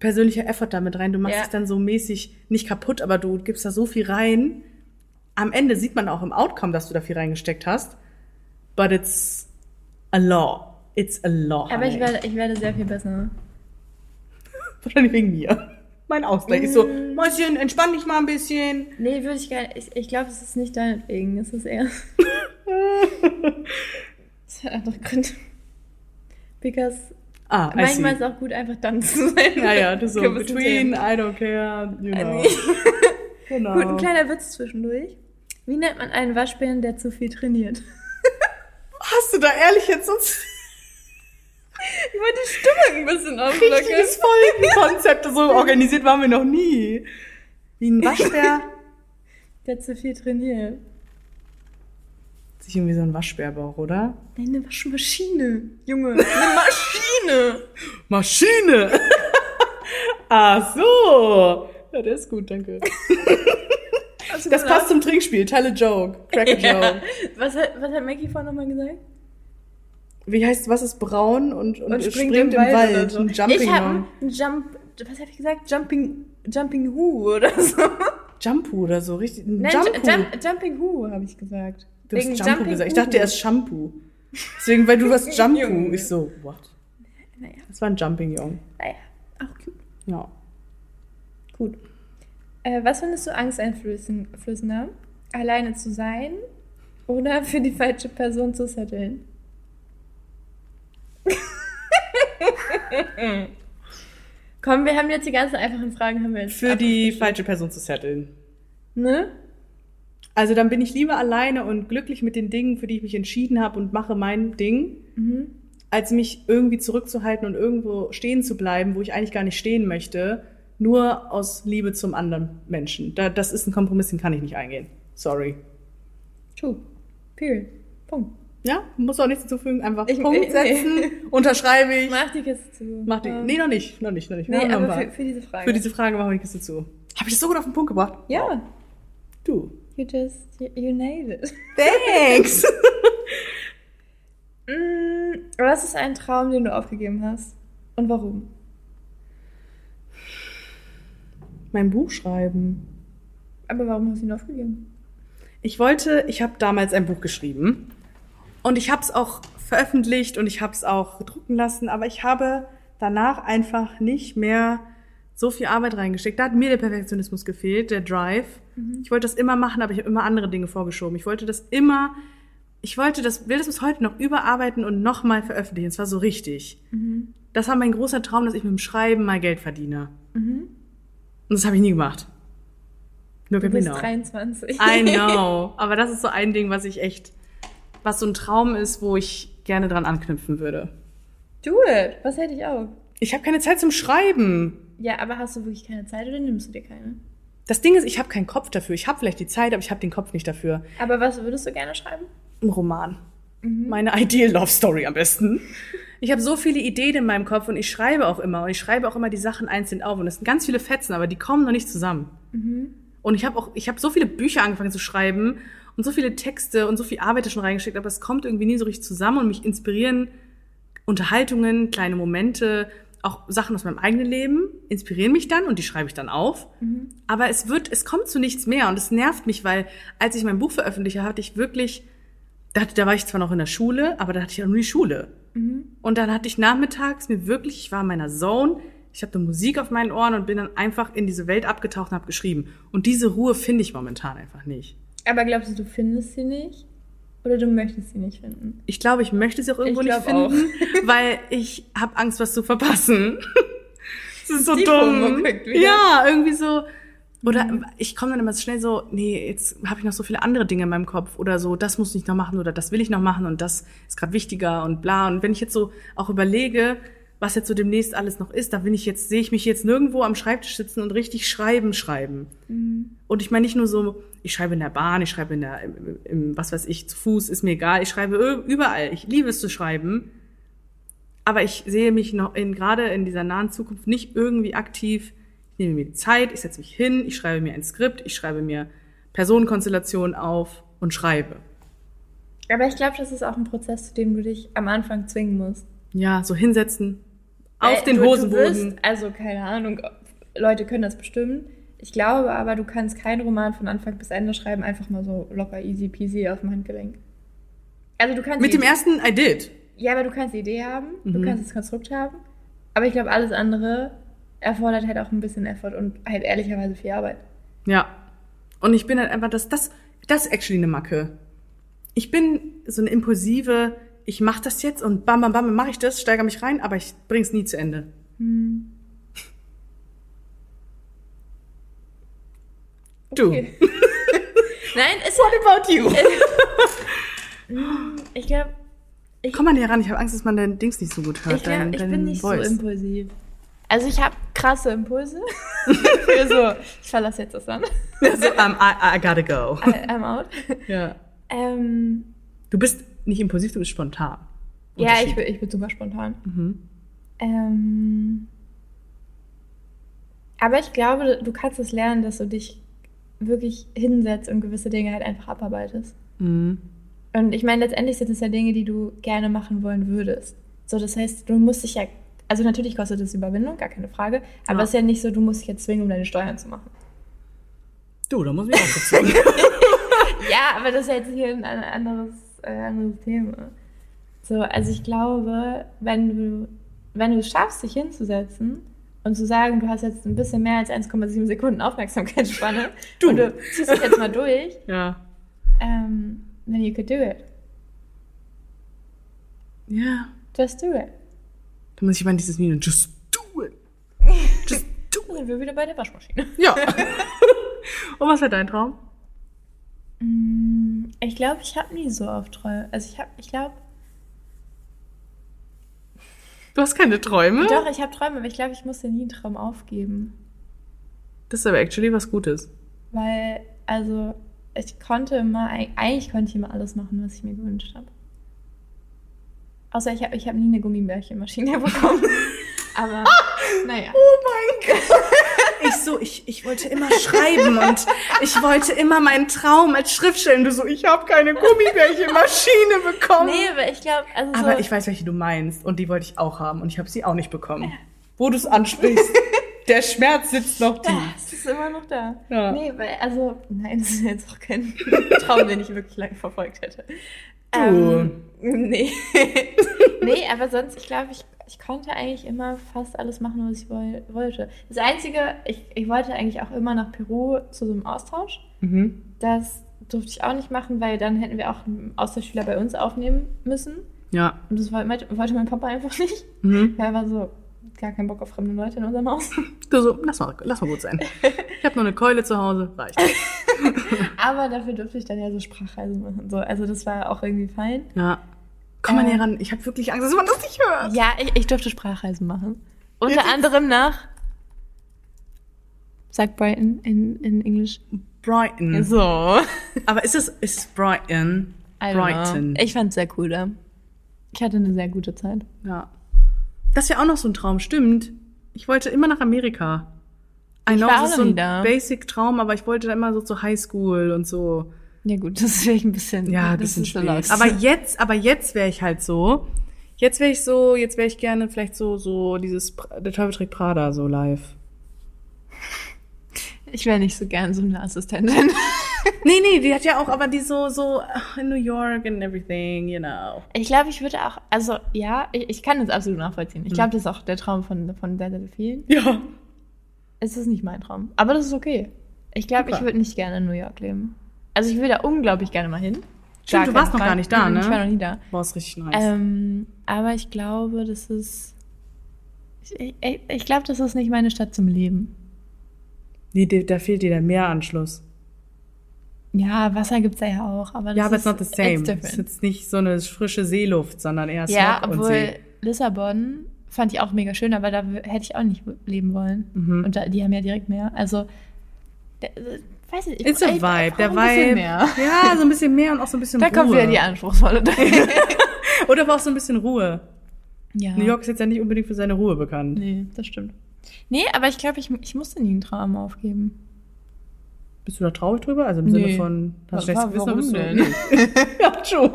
Speaker 1: persönlicher Effort damit rein. Du machst
Speaker 2: Ja.
Speaker 1: es dann so mäßig nicht kaputt, aber du gibst da so viel rein. Am Ende sieht man auch im Outcome, dass du da viel reingesteckt hast. But it's a law. It's a law.
Speaker 2: Aber ich
Speaker 1: honey.
Speaker 2: werde, ich werde sehr viel besser.
Speaker 1: Wahrscheinlich wegen mir. Mein Ausgleich ist so,
Speaker 2: Mm.
Speaker 1: Mäuschen, entspann dich mal ein bisschen.
Speaker 2: Nee, würde ich gar nicht. Ich, ich glaube, es ist nicht deinetwegen. Es ist eher. es hat andere Gründe. Because
Speaker 1: Ah, I
Speaker 2: manchmal ist
Speaker 1: see.
Speaker 2: auch gut, einfach dann zu sein.
Speaker 1: Ja, ja, das ist so
Speaker 2: Gibt es
Speaker 1: between,
Speaker 2: Themen.
Speaker 1: I don't care, you know. genau.
Speaker 2: Gut, ein kleiner Witz zwischendurch. Wie nennt man einen Waschbären, der zu viel trainiert?
Speaker 1: Hast du da ehrlich jetzt so ein
Speaker 2: Ich wollte die Stimmung ein bisschen
Speaker 1: richtiges Folgenkonzept? So organisiert waren wir noch nie. Wie ein Waschbär.
Speaker 2: Der zu viel trainiert.
Speaker 1: Sich irgendwie so ein Waschbärbauch, oder?
Speaker 2: Nein, eine Waschmaschine. Junge, eine Maschine.
Speaker 1: Maschine! Ach so! Ja, der ist gut, danke.
Speaker 2: Also,
Speaker 1: Das passt zum Trinkspiel. Teile Joke. Crack a
Speaker 2: Ja.
Speaker 1: Joke.
Speaker 2: Was hat, was hat Maggie vorhin nochmal gesagt?
Speaker 1: Wie heißt, was ist braun und, und, springt, im Wald?
Speaker 2: oder so.
Speaker 1: Ein Jumping
Speaker 2: ich habe
Speaker 1: Long.
Speaker 2: einen Jump, was habe ich gesagt? Jumping, Jumping Who oder so.
Speaker 1: Jumpu oder so, richtig. Ein
Speaker 2: Nein,
Speaker 1: Jumpu.
Speaker 2: Jump, Jumping Who habe ich gesagt.
Speaker 1: du hast Jumpu gesagt. Ich dachte, er ist Shampoo. Deswegen, weil du hast Jumpu.
Speaker 2: Junge.
Speaker 1: Ich so, what?
Speaker 2: Naja,
Speaker 1: Das war ein Jumping Long.
Speaker 2: naja, auch cute.
Speaker 1: Ja.
Speaker 2: Gut. Äh, was findest du angsteinflößender? Alleine zu sein oder für die falsche Person zu setteln? Komm, wir haben jetzt die ganzen einfachen Fragen. Haben wir jetzt
Speaker 1: Für
Speaker 2: ab-
Speaker 1: die falsche Person zu setteln.
Speaker 2: Ne?
Speaker 1: Also dann bin ich lieber alleine und glücklich mit den Dingen, für die ich mich entschieden habe und mache mein Ding,
Speaker 2: Mhm.
Speaker 1: als mich irgendwie zurückzuhalten und irgendwo stehen zu bleiben, wo ich eigentlich gar nicht stehen möchte, nur aus Liebe zum anderen Menschen. Da, das ist ein Kompromiss, den kann ich nicht eingehen. Sorry.
Speaker 2: True. Period. Punkt.
Speaker 1: Ja, muss auch nichts hinzufügen, einfach
Speaker 2: Ich-
Speaker 1: Punkt
Speaker 2: nee.
Speaker 1: setzen, unterschreibe ich.
Speaker 2: Mach die Kiste zu.
Speaker 1: Mach die.
Speaker 2: Ähm,
Speaker 1: Nee, noch nicht, noch nicht, noch nicht. Wir
Speaker 2: nee,
Speaker 1: haben noch
Speaker 2: aber
Speaker 1: ein paar.
Speaker 2: für, für diese Frage.
Speaker 1: für diese Frage machen wir die Kiste zu. Habe ich das so gut auf den Punkt gebracht?
Speaker 2: ja,
Speaker 1: Du.
Speaker 2: you just, you, you nailed it.
Speaker 1: Thanks!
Speaker 2: Mm, Was ist ein Traum, den du aufgegeben hast? Und warum?
Speaker 1: mein Buch schreiben.
Speaker 2: Aber warum hast du ihn aufgegeben?
Speaker 1: Ich wollte, ich habe damals ein Buch geschrieben und ich habe es auch veröffentlicht und ich habe es auch drucken lassen, aber ich habe danach einfach nicht mehr so viel Arbeit reingesteckt. Da hat mir der Perfektionismus gefehlt, der Drive.
Speaker 2: Mhm.
Speaker 1: Ich wollte das immer machen, aber ich habe immer andere Dinge vorgeschoben. Ich wollte das immer, ich wollte das, will das bis heute noch überarbeiten und nochmal veröffentlichen. Es war so richtig.
Speaker 2: Mhm.
Speaker 1: Das war mein großer Traum, dass ich mit dem Schreiben mal Geld verdiene.
Speaker 2: Mhm.
Speaker 1: Und das habe ich nie gemacht. Nur
Speaker 2: Du bist
Speaker 1: Gewinner.
Speaker 2: 23.
Speaker 1: I know. Aber das ist so ein Ding, was ich echt, was so ein Traum ist, wo ich gerne dran anknüpfen würde.
Speaker 2: Do it. Was hätte ich auch?
Speaker 1: Ich habe keine Zeit zum Schreiben.
Speaker 2: Ja, aber hast du wirklich keine Zeit oder nimmst du dir keine?
Speaker 1: Das Ding ist, ich habe keinen Kopf dafür. Ich habe vielleicht die Zeit, aber ich habe den Kopf nicht dafür.
Speaker 2: Aber was würdest du gerne schreiben?
Speaker 1: Ein Roman.
Speaker 2: Mhm.
Speaker 1: Meine Ideal Love Story am besten. Ich habe so viele Ideen in meinem Kopf und ich schreibe auch immer. Und ich schreibe auch immer die Sachen einzeln auf. Und es sind ganz viele Fetzen, aber die kommen noch nicht zusammen.
Speaker 2: Mhm.
Speaker 1: Und ich habe auch, ich habe so viele Bücher angefangen zu schreiben und so viele Texte und so viel Arbeit da schon reingeschickt, aber es kommt irgendwie nie so richtig zusammen und mich inspirieren Unterhaltungen, kleine Momente, auch Sachen aus meinem eigenen Leben inspirieren mich dann und die schreibe ich dann auf.
Speaker 2: Mhm.
Speaker 1: Aber es wird, es kommt zu nichts mehr und es nervt mich, weil als ich mein Buch veröffentlichte, hatte ich wirklich, da, da war ich zwar noch in der Schule, aber da hatte ich ja nur die Schule.
Speaker 2: Mhm.
Speaker 1: Und dann hatte ich nachmittags mir wirklich, ich war in meiner Zone, ich hatte Musik auf meinen Ohren und bin dann einfach in diese Welt abgetaucht und habe geschrieben. Und diese Ruhe finde ich momentan einfach nicht.
Speaker 2: Aber glaubst du, du findest sie nicht? Oder du möchtest sie nicht finden?
Speaker 1: Ich glaube, ich möchte sie auch irgendwo
Speaker 2: Ich
Speaker 1: nicht
Speaker 2: glaube auch.
Speaker 1: finden, weil ich habe Angst, was zu verpassen. das ist so
Speaker 2: Die FOMO
Speaker 1: dumm.
Speaker 2: kickt wieder.
Speaker 1: Ja, irgendwie so. Oder ich komme dann immer so schnell so, nee, jetzt habe ich noch so viele andere Dinge in meinem Kopf oder so, das muss ich noch machen oder das will ich noch machen und das ist gerade wichtiger und bla. Und wenn ich jetzt so auch überlege, was jetzt so demnächst alles noch ist, da bin ich jetzt, sehe ich mich jetzt nirgendwo am Schreibtisch sitzen und richtig schreiben, schreiben.
Speaker 2: Mhm.
Speaker 1: Und ich meine nicht nur so, ich schreibe in der Bahn, ich schreibe in der, im, im- im was weiß ich, zu Fuß, ist mir egal. Ich schreibe ir- überall. Ich liebe es zu schreiben. Aber ich sehe mich noch in, gerade in dieser nahen Zukunft nicht irgendwie aktiv. Ich nehme mir die Zeit, ich setze mich hin, ich schreibe mir ein Skript, ich schreibe mir Personenkonstellationen auf und schreibe.
Speaker 2: Aber ich glaube, das ist auch ein Prozess, zu dem du dich am Anfang zwingen musst.
Speaker 1: Ja, so hinsetzen. Auf
Speaker 2: Weil
Speaker 1: den
Speaker 2: Äh, du,
Speaker 1: Hosenboden.
Speaker 2: Du wirst, also keine Ahnung, Leute können das bestimmen. Ich glaube aber, du kannst keinen Roman von Anfang bis Ende schreiben, einfach mal so locker easy peasy auf dem Handgelenk. Also du kannst
Speaker 1: Mit
Speaker 2: die
Speaker 1: dem ersten I did.
Speaker 2: Ja, aber du kannst die Idee haben, du
Speaker 1: Mhm.
Speaker 2: kannst das Konstrukt haben. Aber ich glaube, alles andere erfordert halt auch ein bisschen Effort und halt ehrlicherweise viel Arbeit.
Speaker 1: Ja. Und ich bin halt einfach, das, das, das ist actually eine Macke. Ich bin so eine impulsive, ich mach das jetzt und bam, bam, bam, mache ich das, steigere mich rein, aber ich bring's nie zu Ende.
Speaker 2: Hm.
Speaker 1: Du.
Speaker 2: Okay. Nein, es
Speaker 1: What about you?
Speaker 2: Hm, Ich glaube,
Speaker 1: Komm mal näher ran, ich habe Angst, dass man dein Dings nicht so gut hört.
Speaker 2: ich, glaub,
Speaker 1: dein,
Speaker 2: ich
Speaker 1: dein
Speaker 2: bin nicht
Speaker 1: Voice.
Speaker 2: so impulsiv. Also ich habe krasse Impulse. Für so, ich verlasse jetzt das Land.
Speaker 1: so, um, I, I gotta go.
Speaker 2: I- I'm out.
Speaker 1: Ja.
Speaker 2: Ähm,
Speaker 1: Du bist nicht impulsiv, du bist spontan.
Speaker 2: ja, ich
Speaker 1: Unterschied.
Speaker 2: bin, ich bin super spontan.
Speaker 1: Mhm.
Speaker 2: Ähm, aber ich glaube, du kannst es lernen, dass du dich wirklich hinsetzt und gewisse Dinge halt einfach abarbeitest.
Speaker 1: Mhm.
Speaker 2: Und ich meine, letztendlich sind es ja Dinge, die du gerne machen wollen würdest. So, das heißt, du musst dich ja, also natürlich kostet es Überwindung, gar keine Frage, aber
Speaker 1: Ja.
Speaker 2: es ist ja nicht so, du musst dich jetzt zwingen, um deine Steuern zu machen.
Speaker 1: Du, da muss ich auch gezwungen.
Speaker 2: Ja, aber das ist ja jetzt hier ein an- anderes, äh, anderes Thema. So, also ich glaube, wenn du, wenn du es schaffst, dich hinzusetzen und zu sagen, du hast jetzt ein bisschen mehr als 1,7 Sekunden Aufmerksamkeitsspanne
Speaker 1: Du.
Speaker 2: und du ziehst dich jetzt mal durch,
Speaker 1: ja.
Speaker 2: ähm, then you could do it.
Speaker 1: Ja.
Speaker 2: Just do it.
Speaker 1: Da muss ich mal in dieses Video. Just do it. Just do
Speaker 2: Dann sind wir wieder bei der Waschmaschine.
Speaker 1: it. Ja. Und was war dein Traum?
Speaker 2: Mm, Ich glaube, ich habe nie so oft Träume. Also ich habe, ich glaube,
Speaker 1: Du hast keine Träume?
Speaker 2: doch, ich habe Träume, aber ich glaube, ich musste nie einen Traum aufgeben.
Speaker 1: Das ist aber actually was Gutes.
Speaker 2: Weil, also, ich konnte immer, eig- eigentlich konnte ich immer alles machen, was ich mir gewünscht habe. Außer ich habe ich hab nie eine Gummibärchenmaschine bekommen. Aber, naja.
Speaker 1: Ich so, ich, ich wollte immer schreiben und ich wollte immer meinen Traum als Schriftsteller. Und Du so, ich habe keine Gummibärchenmaschine bekommen.
Speaker 2: Nee, aber ich glaube, also so,
Speaker 1: Aber ich weiß, welche du meinst und die wollte ich auch haben und ich habe sie auch nicht bekommen. Wo du es ansprichst, der Schmerz sitzt noch
Speaker 2: Ah,
Speaker 1: tief.
Speaker 2: es ist immer noch da.
Speaker 1: Ja.
Speaker 2: Nee, weil, also, nein, das ist jetzt auch kein Traum, den ich wirklich lange verfolgt hätte. Ähm,
Speaker 1: Du.
Speaker 2: nee. nee, aber sonst, ich glaube, ich, ich konnte eigentlich immer fast alles machen, was ich woll wollte. Das Einzige, ich, ich wollte eigentlich auch immer nach Peru zu so einem Austausch.
Speaker 1: Mhm.
Speaker 2: Das durfte ich auch nicht machen, weil dann hätten wir auch einen Austauschschüler bei uns aufnehmen müssen.
Speaker 1: Ja.
Speaker 2: Und das wollte, wollte mein Papa einfach nicht.
Speaker 1: Mhm.
Speaker 2: Er war so, gar keinen Bock auf fremde Leute in unserem Haus.
Speaker 1: Du so, lass mal, lass mal gut sein. Ich habe nur eine Keule zu Hause, reicht.
Speaker 2: Aber dafür durfte ich dann ja so Sprachreisen machen. So, also das war auch irgendwie fein.
Speaker 1: Ja. Komm mal
Speaker 2: Äh.
Speaker 1: näher ran, ich habe wirklich Angst, dass man das nicht hört.
Speaker 2: Ja, ich, ich durfte Sprachreisen machen. Unter
Speaker 1: Jetzt-
Speaker 2: anderem nach. Sagt Brighton in, in Englisch. Mhm.
Speaker 1: Brighton.
Speaker 2: So.
Speaker 1: Also, Aber ist es, ist es Brighton?
Speaker 2: I don't
Speaker 1: Brighton.
Speaker 2: Know. Ich fand's sehr cool da. Ich hatte eine sehr gute Zeit.
Speaker 1: Ja. Das wäre auch noch so ein Traum, stimmt. Ich wollte immer nach Amerika. I know,
Speaker 2: war
Speaker 1: das
Speaker 2: auch
Speaker 1: ist
Speaker 2: noch
Speaker 1: so
Speaker 2: nie
Speaker 1: ein
Speaker 2: da.
Speaker 1: Basic-Traum, aber ich wollte da immer so zur Highschool und so.
Speaker 2: Ja, gut, das ist vielleicht ein bisschen.
Speaker 1: Ja, ein
Speaker 2: das
Speaker 1: bisschen
Speaker 2: ist a
Speaker 1: spät.
Speaker 2: lot.
Speaker 1: Aber jetzt, aber jetzt wäre ich halt so. Jetzt wäre ich so, jetzt wäre ich gerne vielleicht so, so dieses, Pr- der Teufel trägt Prada so live.
Speaker 2: ich wäre nicht so gern so eine Assistentin.
Speaker 1: Nee, nee, die hat ja auch, aber die so, so ach, in New York and everything, you know.
Speaker 2: Ich glaube, ich würde auch. Also, ja, ich, ich kann das absolut nachvollziehen. Ich glaube, das ist auch der Traum von, von sehr, sehr vielen.
Speaker 1: Ja.
Speaker 2: Es ist nicht mein Traum. Aber das ist okay. Ich glaube, ich
Speaker 1: Super.
Speaker 2: würde nicht gerne in New York leben. Also ich will da unglaublich gerne mal hin.
Speaker 1: Stimmt, du
Speaker 2: keine
Speaker 1: warst noch gar nicht da,
Speaker 2: Mhm,
Speaker 1: ne?
Speaker 2: Ich war noch nie da.
Speaker 1: Boah, ist richtig nice.
Speaker 2: Ähm, aber ich glaube, das ist. Ich, ich, ich glaube, das ist nicht meine Stadt zum Leben.
Speaker 1: nee, dir- da fehlt dir der Meeranschluss.
Speaker 2: Ja, Wasser gibt's da ja auch, aber das
Speaker 1: ja, aber
Speaker 2: ist
Speaker 1: it's not the same.
Speaker 2: It's
Speaker 1: Es ist
Speaker 2: different.
Speaker 1: jetzt nicht so eine frische Seeluft, sondern eher Smog
Speaker 2: Ja,
Speaker 1: und See.
Speaker 2: obwohl Lissabon fand ich auch mega schön, aber da w- hätte ich auch nicht leben wollen.
Speaker 1: Mhm.
Speaker 2: Und da, die haben ja direkt mehr. Also, da, weiß ich, ich
Speaker 1: It's a
Speaker 2: ich- ich
Speaker 1: vibe,
Speaker 2: brauch
Speaker 1: der
Speaker 2: ein bisschen
Speaker 1: Vibe.
Speaker 2: Mehr.
Speaker 1: Ja, so ein bisschen mehr und auch so ein bisschen
Speaker 2: Da
Speaker 1: Ruhe.
Speaker 2: kommt wieder die anspruchsvolle Teil.
Speaker 1: Oder aber auch so ein bisschen Ruhe.
Speaker 2: Ja.
Speaker 1: New York ist jetzt ja nicht unbedingt für seine Ruhe bekannt.
Speaker 2: Nee, das stimmt. Nee, aber ich glaube, ich, ich musste nie einen Traum aufgeben.
Speaker 1: Bist du da traurig drüber? Also im Sinne
Speaker 2: Nee.
Speaker 1: von,
Speaker 2: Wa-
Speaker 1: hast du schlechtes
Speaker 2: wa-
Speaker 1: Gewissen?
Speaker 2: warum
Speaker 1: bist du-
Speaker 2: denn?
Speaker 1: Nee. ja, schon.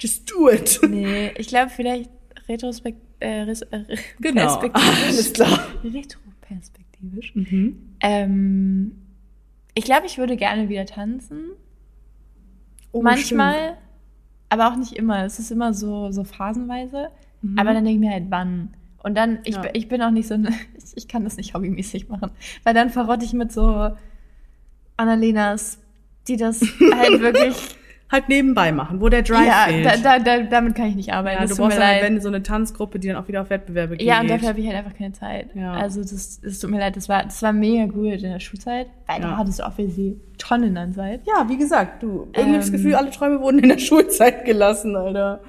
Speaker 1: Just do it.
Speaker 2: Nee, ich glaube, vielleicht Retrospekt. Äh, Res, äh,
Speaker 1: Genau. Alles
Speaker 2: Perspektivisch.
Speaker 1: klar.
Speaker 2: Retroperspektivisch.
Speaker 1: Mhm.
Speaker 2: Ähm, ich glaube, ich würde gerne wieder tanzen.
Speaker 1: Oh,
Speaker 2: Manchmal, aber auch nicht immer. Es ist immer so, so phasenweise.
Speaker 1: stimmt. Mhm.
Speaker 2: Aber dann denke ich mir halt, wann? Und dann, ich,
Speaker 1: Ja.
Speaker 2: bin- ich bin auch nicht so, eine, ich, ich kann das nicht hobbymäßig machen. Weil dann verrotte ich mit so Annalenas, die das halt wirklich,
Speaker 1: halt nebenbei machen, wo der Drive
Speaker 2: ja,
Speaker 1: fehlt.
Speaker 2: da, da, da, damit kann ich nicht arbeiten.
Speaker 1: ja,
Speaker 2: das
Speaker 1: du
Speaker 2: tut mir
Speaker 1: brauchst halt,
Speaker 2: leid.
Speaker 1: wenn so eine Tanzgruppe, die dann auch wieder auf Wettbewerbe geht.
Speaker 2: ja, und dafür habe ich halt einfach keine Zeit.
Speaker 1: Ja.
Speaker 2: Also das, das tut mir leid, das war, das war mega gut in der Schulzeit, weil
Speaker 1: Ja.
Speaker 2: da hattest du auch wieder die Tonnen an Zeit.
Speaker 1: ja, wie gesagt, du, irgendwie
Speaker 2: Ähm.
Speaker 1: das Gefühl, alle Träume wurden in der Schulzeit gelassen, Alter.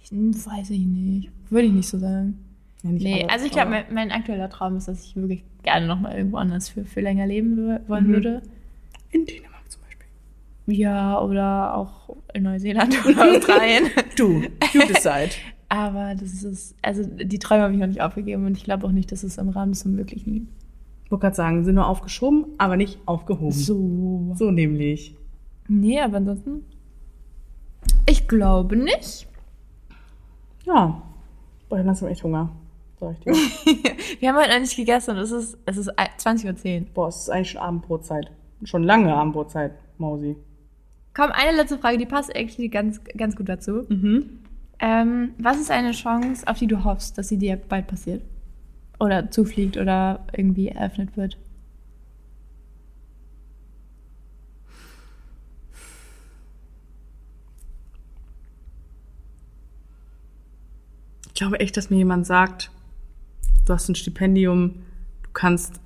Speaker 2: Ich, hm, weiß ich nicht. Würde ich nicht so sagen.
Speaker 1: Ja, nicht
Speaker 2: Nee,
Speaker 1: alle,
Speaker 2: also ich glaube,
Speaker 1: aber-
Speaker 2: mein, mein aktueller Traum ist, dass ich wirklich gerne nochmal irgendwo anders für, für länger leben wür- wollen
Speaker 1: Mhm.
Speaker 2: würde.
Speaker 1: In Dänemark zum Beispiel.
Speaker 2: Ja, oder auch in Neuseeland oder Australien.
Speaker 1: Du, you decide.
Speaker 2: Aber das ist, also die Träume habe ich noch nicht aufgegeben und ich glaube auch nicht, dass es im Rahmen des Möglichen liegt.
Speaker 1: Ich wollte gerade sagen, sind nur aufgeschoben, aber nicht aufgehoben.
Speaker 2: So.
Speaker 1: So nämlich.
Speaker 2: Nee, aber ansonsten. Ich glaube nicht.
Speaker 1: Ja. Boah, dann lass mich echt Hunger. Sag ich dir.
Speaker 2: Wir haben heute noch nicht gegessen und es ist, es ist 20.10 Uhr.
Speaker 1: Boah, es ist eigentlich schon Abendbrotzeit. Schon lange Abendbrotzeit, Mausi.
Speaker 2: Komm, eine letzte Frage, die passt eigentlich ganz, ganz gut dazu.
Speaker 1: Mhm.
Speaker 2: Ähm, was ist eine Chance, auf die du hoffst, dass sie dir bald passiert? Oder zufliegt oder irgendwie eröffnet wird?
Speaker 1: Ich glaube echt, dass mir jemand sagt, du hast ein Stipendium, du kannst,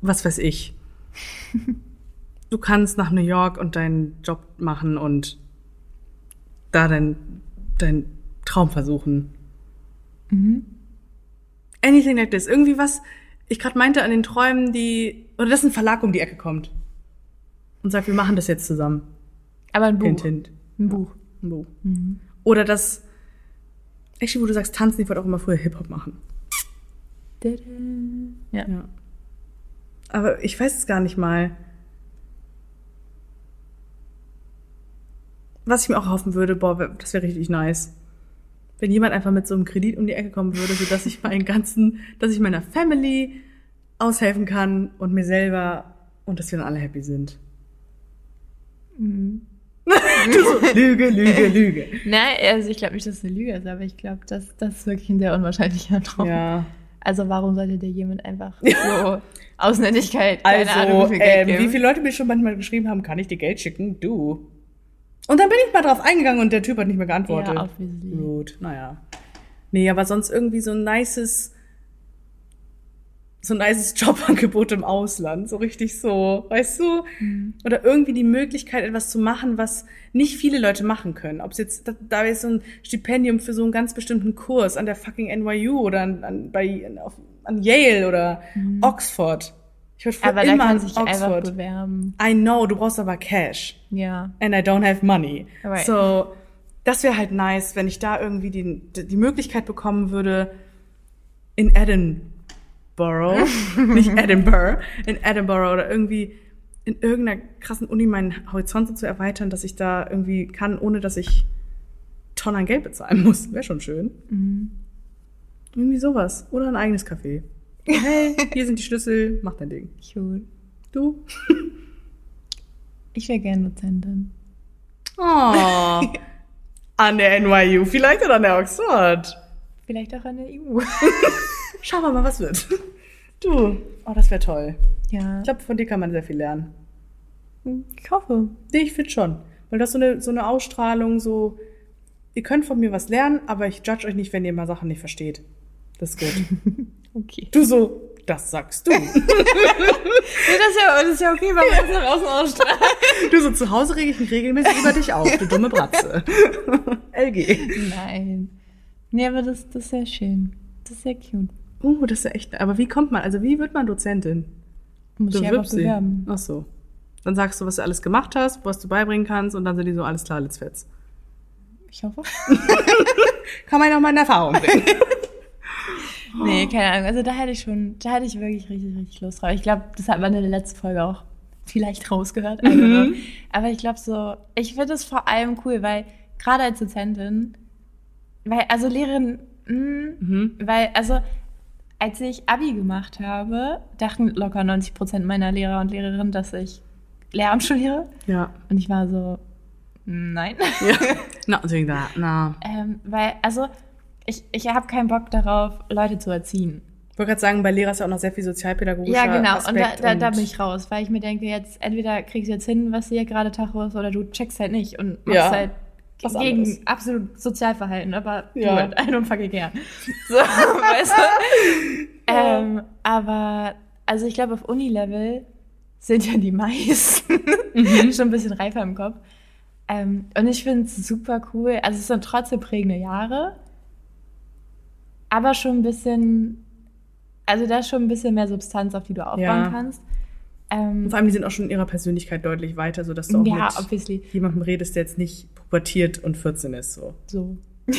Speaker 1: was weiß ich, du kannst nach New York und deinen Job machen und da deinen dein Traum versuchen.
Speaker 2: Mhm.
Speaker 1: Anything like this. Irgendwie was, ich gerade meinte an den Träumen, die, oder dass ein Verlag um die Ecke kommt und sagt, wir machen das jetzt zusammen.
Speaker 2: Aber ein Buch.
Speaker 1: Hint, hint.
Speaker 2: Ein Buch.
Speaker 1: Wo?
Speaker 2: Mhm.
Speaker 1: Oder das, actually, wo du sagst, tanzen, ich wollte auch immer früher Hip-Hop machen.
Speaker 2: Ja.
Speaker 1: Ja. Aber ich weiß es gar nicht mal. Was ich mir auch hoffen würde, boah, wär- das wäre richtig nice. Wenn jemand einfach mit so einem Kredit um die Ecke kommen würde, sodass ich meinen ganzen, dass ich meiner Family aushelfen kann und mir selber und dass wir dann alle happy sind.
Speaker 2: Mhm.
Speaker 1: Lüge, Lüge, Lüge.
Speaker 2: Nein, also ich glaube nicht, dass es eine Lüge ist, aber ich glaube, das, das ist wirklich ein sehr unwahrscheinlicher Traum.
Speaker 1: Ja.
Speaker 2: Also warum sollte dir jemand einfach so Ausländigkeit, keine Ahnung,
Speaker 1: Also,
Speaker 2: wie viel Geld
Speaker 1: ähm,
Speaker 2: geben?
Speaker 1: wie viele Leute mir schon manchmal geschrieben haben, kann ich dir Geld schicken? Du. Und dann bin ich mal drauf eingegangen und der Typ hat nicht mehr geantwortet.
Speaker 2: Ja, obviously.
Speaker 1: Gut, naja. Nee, aber sonst irgendwie so ein nices, so ein nices Jobangebot im Ausland. So richtig so, weißt du?
Speaker 2: Mhm.
Speaker 1: Oder irgendwie die Möglichkeit, etwas zu machen, was nicht viele Leute machen können. Ob es jetzt, da, da ist so ein Stipendium für so einen ganz bestimmten Kurs an der fucking NYU oder an, an, bei, an, auf, an Yale oder Oxford. Ich würde
Speaker 2: Mhm. Aber
Speaker 1: früher
Speaker 2: da
Speaker 1: immer
Speaker 2: kann
Speaker 1: an
Speaker 2: sich einfach
Speaker 1: Oxford.
Speaker 2: bewerben.
Speaker 1: I know, du brauchst aber Cash
Speaker 2: Ja.
Speaker 1: and I don't have money.
Speaker 2: Right.
Speaker 1: So, das wäre halt nice, wenn ich da irgendwie die, die Möglichkeit bekommen würde, in Edinburgh, nicht Edinburgh, in Edinburgh oder irgendwie in irgendeiner krassen Uni meinen Horizont so zu erweitern, dass ich da irgendwie kann, ohne dass ich Tonnen an Geld bezahlen muss. Wäre schon schön.
Speaker 2: Mhm.
Speaker 1: Irgendwie sowas. Oder ein eigenes Café. Hey, hier sind die Schlüssel, mach dein Ding.
Speaker 2: Cute.
Speaker 1: Du?
Speaker 2: Ich wäre gerne Dozentin.
Speaker 1: Oh. An der NYU, vielleicht oder an der Oxford.
Speaker 2: Vielleicht auch an der EU.
Speaker 1: Schauen wir mal, was wird. Du, oh, das wäre toll.
Speaker 2: Ja. Hm,
Speaker 1: Ich glaube, von dir kann man sehr viel lernen.
Speaker 2: ich hoffe.
Speaker 1: Nee, ich finde schon. Weil du hast so eine, so eine Ausstrahlung, so, ihr könnt von mir was lernen, aber ich judge euch nicht, wenn ihr mal Sachen nicht versteht. Das ist gut.
Speaker 2: Okay.
Speaker 1: Du so, das sagst du.
Speaker 2: Nee, das, ist ja, das ist ja okay, weil wir das nach außen ausstrahlen.
Speaker 1: Du so, zu Hause rege ich mich regelmäßig über dich auf, du dumme Bratze. LG.
Speaker 2: Nein. Nee, aber das, das ist sehr schön. Das ist sehr cute.
Speaker 1: Uh, das ist ja echt, aber wie kommt man, also wie wird man Dozentin?
Speaker 2: Muss ich einfach
Speaker 1: Bewirbst dich.
Speaker 2: bewerben.
Speaker 1: Ach so. Dann sagst du, was du alles gemacht hast, was du beibringen kannst und dann sind die so, alles klar, let's fetz.
Speaker 2: Ich hoffe.
Speaker 1: kann man ja noch mal in Erfahrung bringen.
Speaker 2: Nee, keine Ahnung. Also da hatte ich schon, da hatte ich wirklich richtig, richtig Lust drauf. Ich glaube, das hat man in der letzten Folge auch vielleicht rausgehört. I don't know.
Speaker 1: Mhm.
Speaker 2: Aber ich glaube so, ich finde es vor allem cool, weil gerade als Dozentin, weil, also Lehrerin, mh,
Speaker 1: Mhm.
Speaker 2: weil, also als ich Abi gemacht habe, dachten locker 90 Prozent meiner Lehrer und Lehrerinnen, dass ich Lehramt studiere.
Speaker 1: Ja.
Speaker 2: Und ich war so, nein.
Speaker 1: ja. Na, deswegen da, na.
Speaker 2: ähm, weil, also, ich, ich habe keinen Bock darauf, Leute zu erziehen.
Speaker 1: Ich wollte gerade sagen, bei Lehrer ist ja auch noch sehr viel sozialpädagogischer
Speaker 2: Ja, genau. Und da,
Speaker 1: Aspekt
Speaker 2: da, da bin ich raus, weil ich mir denke, jetzt entweder kriegst du jetzt hin, was hier gerade Tacho ist, oder du checkst halt nicht und machst
Speaker 1: Ja,
Speaker 2: halt
Speaker 1: was
Speaker 2: gegen
Speaker 1: anderes.
Speaker 2: absolut Sozialverhalten, aber
Speaker 1: Ja.
Speaker 2: du halt ein und fucking gern. So, weißt du? Ähm, aber, also ich glaube, auf Uni-Level sind ja die meisten
Speaker 1: Mhm.
Speaker 2: schon ein bisschen reifer im Kopf. Ähm, und ich finde es super cool. Also es sind trotzdem prägende Jahre, aber schon ein bisschen, also da ist schon ein bisschen mehr Substanz, auf die du aufbauen
Speaker 1: Ja.
Speaker 2: kannst. Ähm,
Speaker 1: Und vor allem, die sind auch schon in ihrer Persönlichkeit deutlich weiter, sodass du auch
Speaker 2: ja,
Speaker 1: mit
Speaker 2: obviously.
Speaker 1: jemandem redest, der jetzt nicht pubertiert und 14 ist. So.
Speaker 2: So.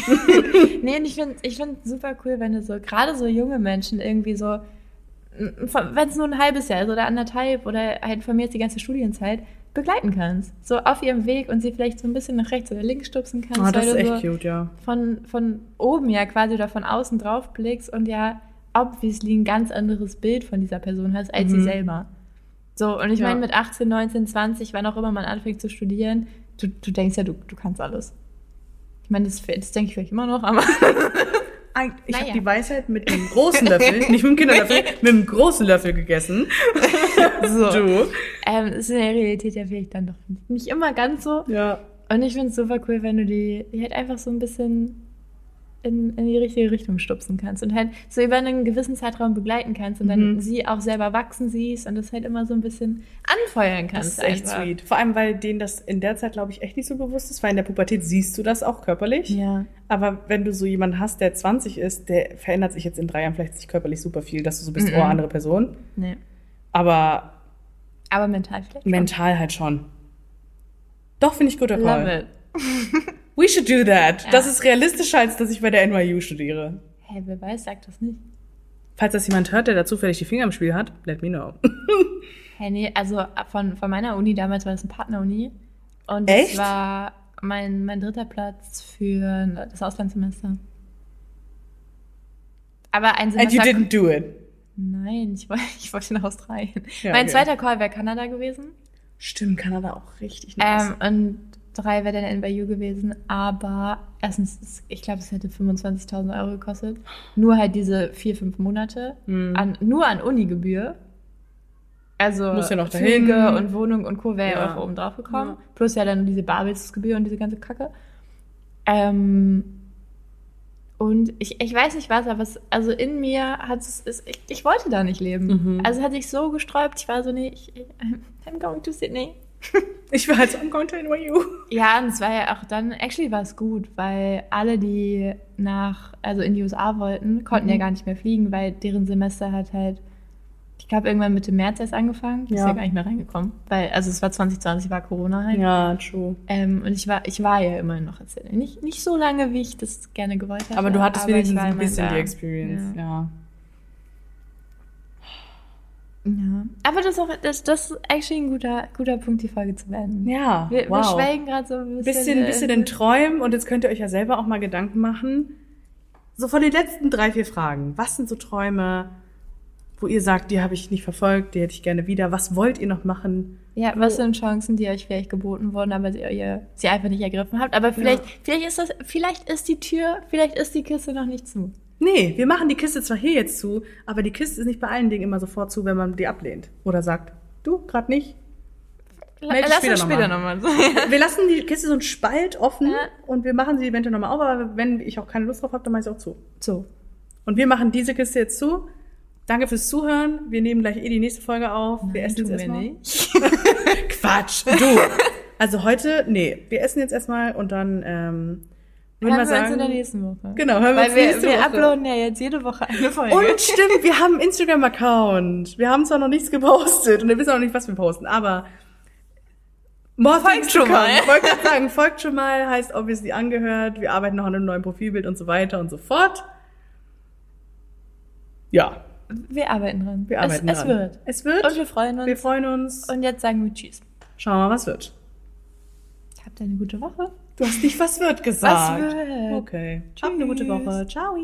Speaker 2: nee, und ich finde ich find super cool, wenn du so, gerade so junge Menschen irgendwie so, wenn es nur ein halbes Jahr ist oder anderthalb oder halt von mir jetzt die ganze Studienzeit, begleiten kannst. So auf ihrem Weg und sie vielleicht so ein bisschen nach rechts oder links stupsen kannst.
Speaker 1: Ah, das
Speaker 2: weil
Speaker 1: ist
Speaker 2: du
Speaker 1: echt
Speaker 2: so,
Speaker 1: cute, ja.
Speaker 2: von, von oben ja quasi oder von außen drauf blickst und ja obviously ein ganz anderes Bild von dieser Person hast als
Speaker 1: Mhm.
Speaker 2: sie selber. So, und ich
Speaker 1: Ja.
Speaker 2: meine, mit 18, 19, 20, wann auch immer man anfängt zu studieren, du, du denkst ja, du, du kannst alles. Ich meine, das, das denke ich vielleicht immer noch, aber
Speaker 1: Ein- Ich
Speaker 2: Naja.
Speaker 1: habe die Weisheit mit einem großen Löffel, nicht mit einem Kinderlöffel, mit einem großen Löffel gegessen.
Speaker 2: so.
Speaker 1: Du.
Speaker 2: Ähm, ist in der Realität ja vielleicht dann doch nicht immer ganz so.
Speaker 1: Ja.
Speaker 2: Und ich finde es super cool, wenn du die, die halt einfach so ein bisschen in, in die richtige Richtung stupsen kannst und halt so über einen gewissen Zeitraum begleiten kannst und
Speaker 1: Mhm.
Speaker 2: dann sie auch selber wachsen siehst und das halt immer so ein bisschen anfeuern
Speaker 1: Das
Speaker 2: kannst.
Speaker 1: ist echt
Speaker 2: einfach.
Speaker 1: sweet. Vor allem, weil denen das in der Zeit, glaube ich, echt nicht so bewusst ist, weil in der Pubertät siehst du das auch körperlich.
Speaker 2: Ja.
Speaker 1: Aber wenn du so jemanden hast, der 20 ist, der verändert sich jetzt in drei Jahren vielleicht nicht körperlich super viel, dass du so bist,
Speaker 2: Mhm.
Speaker 1: oh, andere Person.
Speaker 2: Nee.
Speaker 1: Aber
Speaker 2: Aber mental vielleicht. schon.
Speaker 1: mental halt schon. Doch, finde ich guter Call.
Speaker 2: Love it.
Speaker 1: We should do that.
Speaker 2: Ja.
Speaker 1: Das ist realistischer, als dass ich bei der NYU studiere.
Speaker 2: Hey, wer weiß, sagt das nicht.
Speaker 1: Falls das jemand hört, der da zufällig die Finger im Spiel hat, let me know.
Speaker 2: Hey, nee, also ab von, von meiner Uni, damals war das eine Partneruni. Und
Speaker 1: Echt?
Speaker 2: das war mein, mein dritter Platz für das Auslandssemester. Aber ein
Speaker 1: And
Speaker 2: Semester.
Speaker 1: you didn't do it.
Speaker 2: Nein, ich wollte, ich wollte nach Australien.
Speaker 1: Ja,
Speaker 2: mein
Speaker 1: okay.
Speaker 2: zweiter Call wäre Kanada gewesen.
Speaker 1: Stimmt, Kanada auch richtig
Speaker 2: Ähm, und drei wäre dann NYU gewesen. Aber erstens, ist- ich glaube, es hätte 25.000 Euro gekostet. Nur halt diese vier, fünf Monate.
Speaker 1: Mhm.
Speaker 2: An, nur an Unigebühr. Also
Speaker 1: Muss ja noch dahin.
Speaker 2: Flüge und Wohnung und Co. wäre ja.
Speaker 1: Ja.
Speaker 2: auch oben drauf gekommen.
Speaker 1: Ja.
Speaker 2: Plus ja dann diese Babelsgebühr und diese ganze Kacke. Ähm, und ich, ich weiß nicht was, aber es, also in mir hat es, es- ich, ich wollte da nicht leben.
Speaker 1: Mhm.
Speaker 2: Also es hat sich so gesträubt, ich war so, nee, ich, ich- I'm going to Sydney.
Speaker 1: ich war halt so, I'm going to NYU.
Speaker 2: Ja, und es war ja auch dann, actually war es gut, weil alle, die nach, also in die USA wollten, konnten
Speaker 1: Mhm.
Speaker 2: ja gar nicht mehr fliegen, weil deren Semester hat halt, ich glaube, irgendwann Mitte März erst angefangen. Ja. Ist
Speaker 1: Ja.
Speaker 2: ja gar nicht mehr reingekommen. Weil, also es war 2020, war Corona halt.
Speaker 1: Ja, true.
Speaker 2: Ähm, und ich war, ich war ja immerhin noch in Sydney. Nicht, nicht so lange, wie ich das gerne gewollt hätte.
Speaker 1: Aber du hattest
Speaker 2: aber ich
Speaker 1: wenigstens
Speaker 2: war
Speaker 1: ein
Speaker 2: immerhin
Speaker 1: bisschen
Speaker 2: da.
Speaker 1: die Experience.
Speaker 2: Ja.
Speaker 1: Ja.
Speaker 2: Ja. Aber das ist auch, das, das ist actually ein guter, guter Punkt, die Folge zu beenden.
Speaker 1: Ja,
Speaker 2: Wir, wir
Speaker 1: wow.
Speaker 2: schwelgen gerade so ein bisschen.
Speaker 1: bisschen, bisschen in Träumen und jetzt könnt ihr euch ja selber auch mal Gedanken machen. So von den letzten drei, vier Fragen. Was sind so Träume, wo ihr sagt, die habe ich nicht verfolgt, die hätte ich gerne wieder. Was wollt ihr noch machen?
Speaker 2: Ja,
Speaker 1: Oh.
Speaker 2: was sind Chancen, die euch vielleicht geboten wurden, aber ihr, ihr sie einfach nicht ergriffen habt? Aber vielleicht, vielleicht ist das, vielleicht ist die Tür, vielleicht ist die Kiste noch nicht zu.
Speaker 1: Nee, wir machen die Kiste zwar hier jetzt zu, aber die Kiste ist nicht bei allen Dingen immer sofort zu, wenn man die ablehnt. Oder sagt, du, gerade nicht.
Speaker 2: La-
Speaker 1: Meld dich
Speaker 2: Lass uns
Speaker 1: später
Speaker 2: später
Speaker 1: noch
Speaker 2: nochmal. So.
Speaker 1: Wir lassen die Kiste so einen Spalt offen
Speaker 2: Ja.
Speaker 1: und wir machen sie eventuell nochmal auf, aber wenn ich auch keine Lust drauf habe, dann mache ich sie auch zu.
Speaker 2: so.
Speaker 1: Und wir machen diese Kiste jetzt zu. Danke fürs Zuhören. Wir nehmen gleich eh die nächste Folge auf. wir
Speaker 2: Nein,
Speaker 1: essen jetzt
Speaker 2: tun wir
Speaker 1: erstmal.
Speaker 2: nicht.
Speaker 1: Quatsch, du. Also heute, nee, wir essen jetzt erstmal und dann ähm, würden wir
Speaker 2: Hören wir uns
Speaker 1: sagen.
Speaker 2: in der nächsten Woche.
Speaker 1: Genau, hören wir
Speaker 2: Weil
Speaker 1: uns
Speaker 2: wir,
Speaker 1: nächste
Speaker 2: wir
Speaker 1: Woche.
Speaker 2: uploaden ja jetzt jede Woche eine Folge.
Speaker 1: Und stimmt, wir haben einen Instagram-Account. Wir haben zwar noch nichts gepostet und wir wissen auch noch nicht, was wir posten, aber More
Speaker 2: Folgt
Speaker 1: things
Speaker 2: schon
Speaker 1: to come.
Speaker 2: mal.
Speaker 1: Wollte gerade sagen, folgt schon mal, heißt obviously angehört, wir arbeiten noch an einem neuen Profilbild und so weiter und so fort. Ja,
Speaker 2: Wir arbeiten dran.
Speaker 1: wir arbeiten
Speaker 2: es,
Speaker 1: dran.
Speaker 2: Es wird.
Speaker 1: Es wird.
Speaker 2: Und wir freuen uns.
Speaker 1: wir freuen uns.
Speaker 2: Und jetzt sagen wir Tschüss.
Speaker 1: Schauen wir mal, was wird.
Speaker 2: Habt eine gute Woche.
Speaker 1: Du hast nicht was wird
Speaker 2: Was
Speaker 1: gesagt.
Speaker 2: wird?
Speaker 1: Okay. Habt eine gute
Speaker 2: Tschüss.
Speaker 1: Woche. Ciao.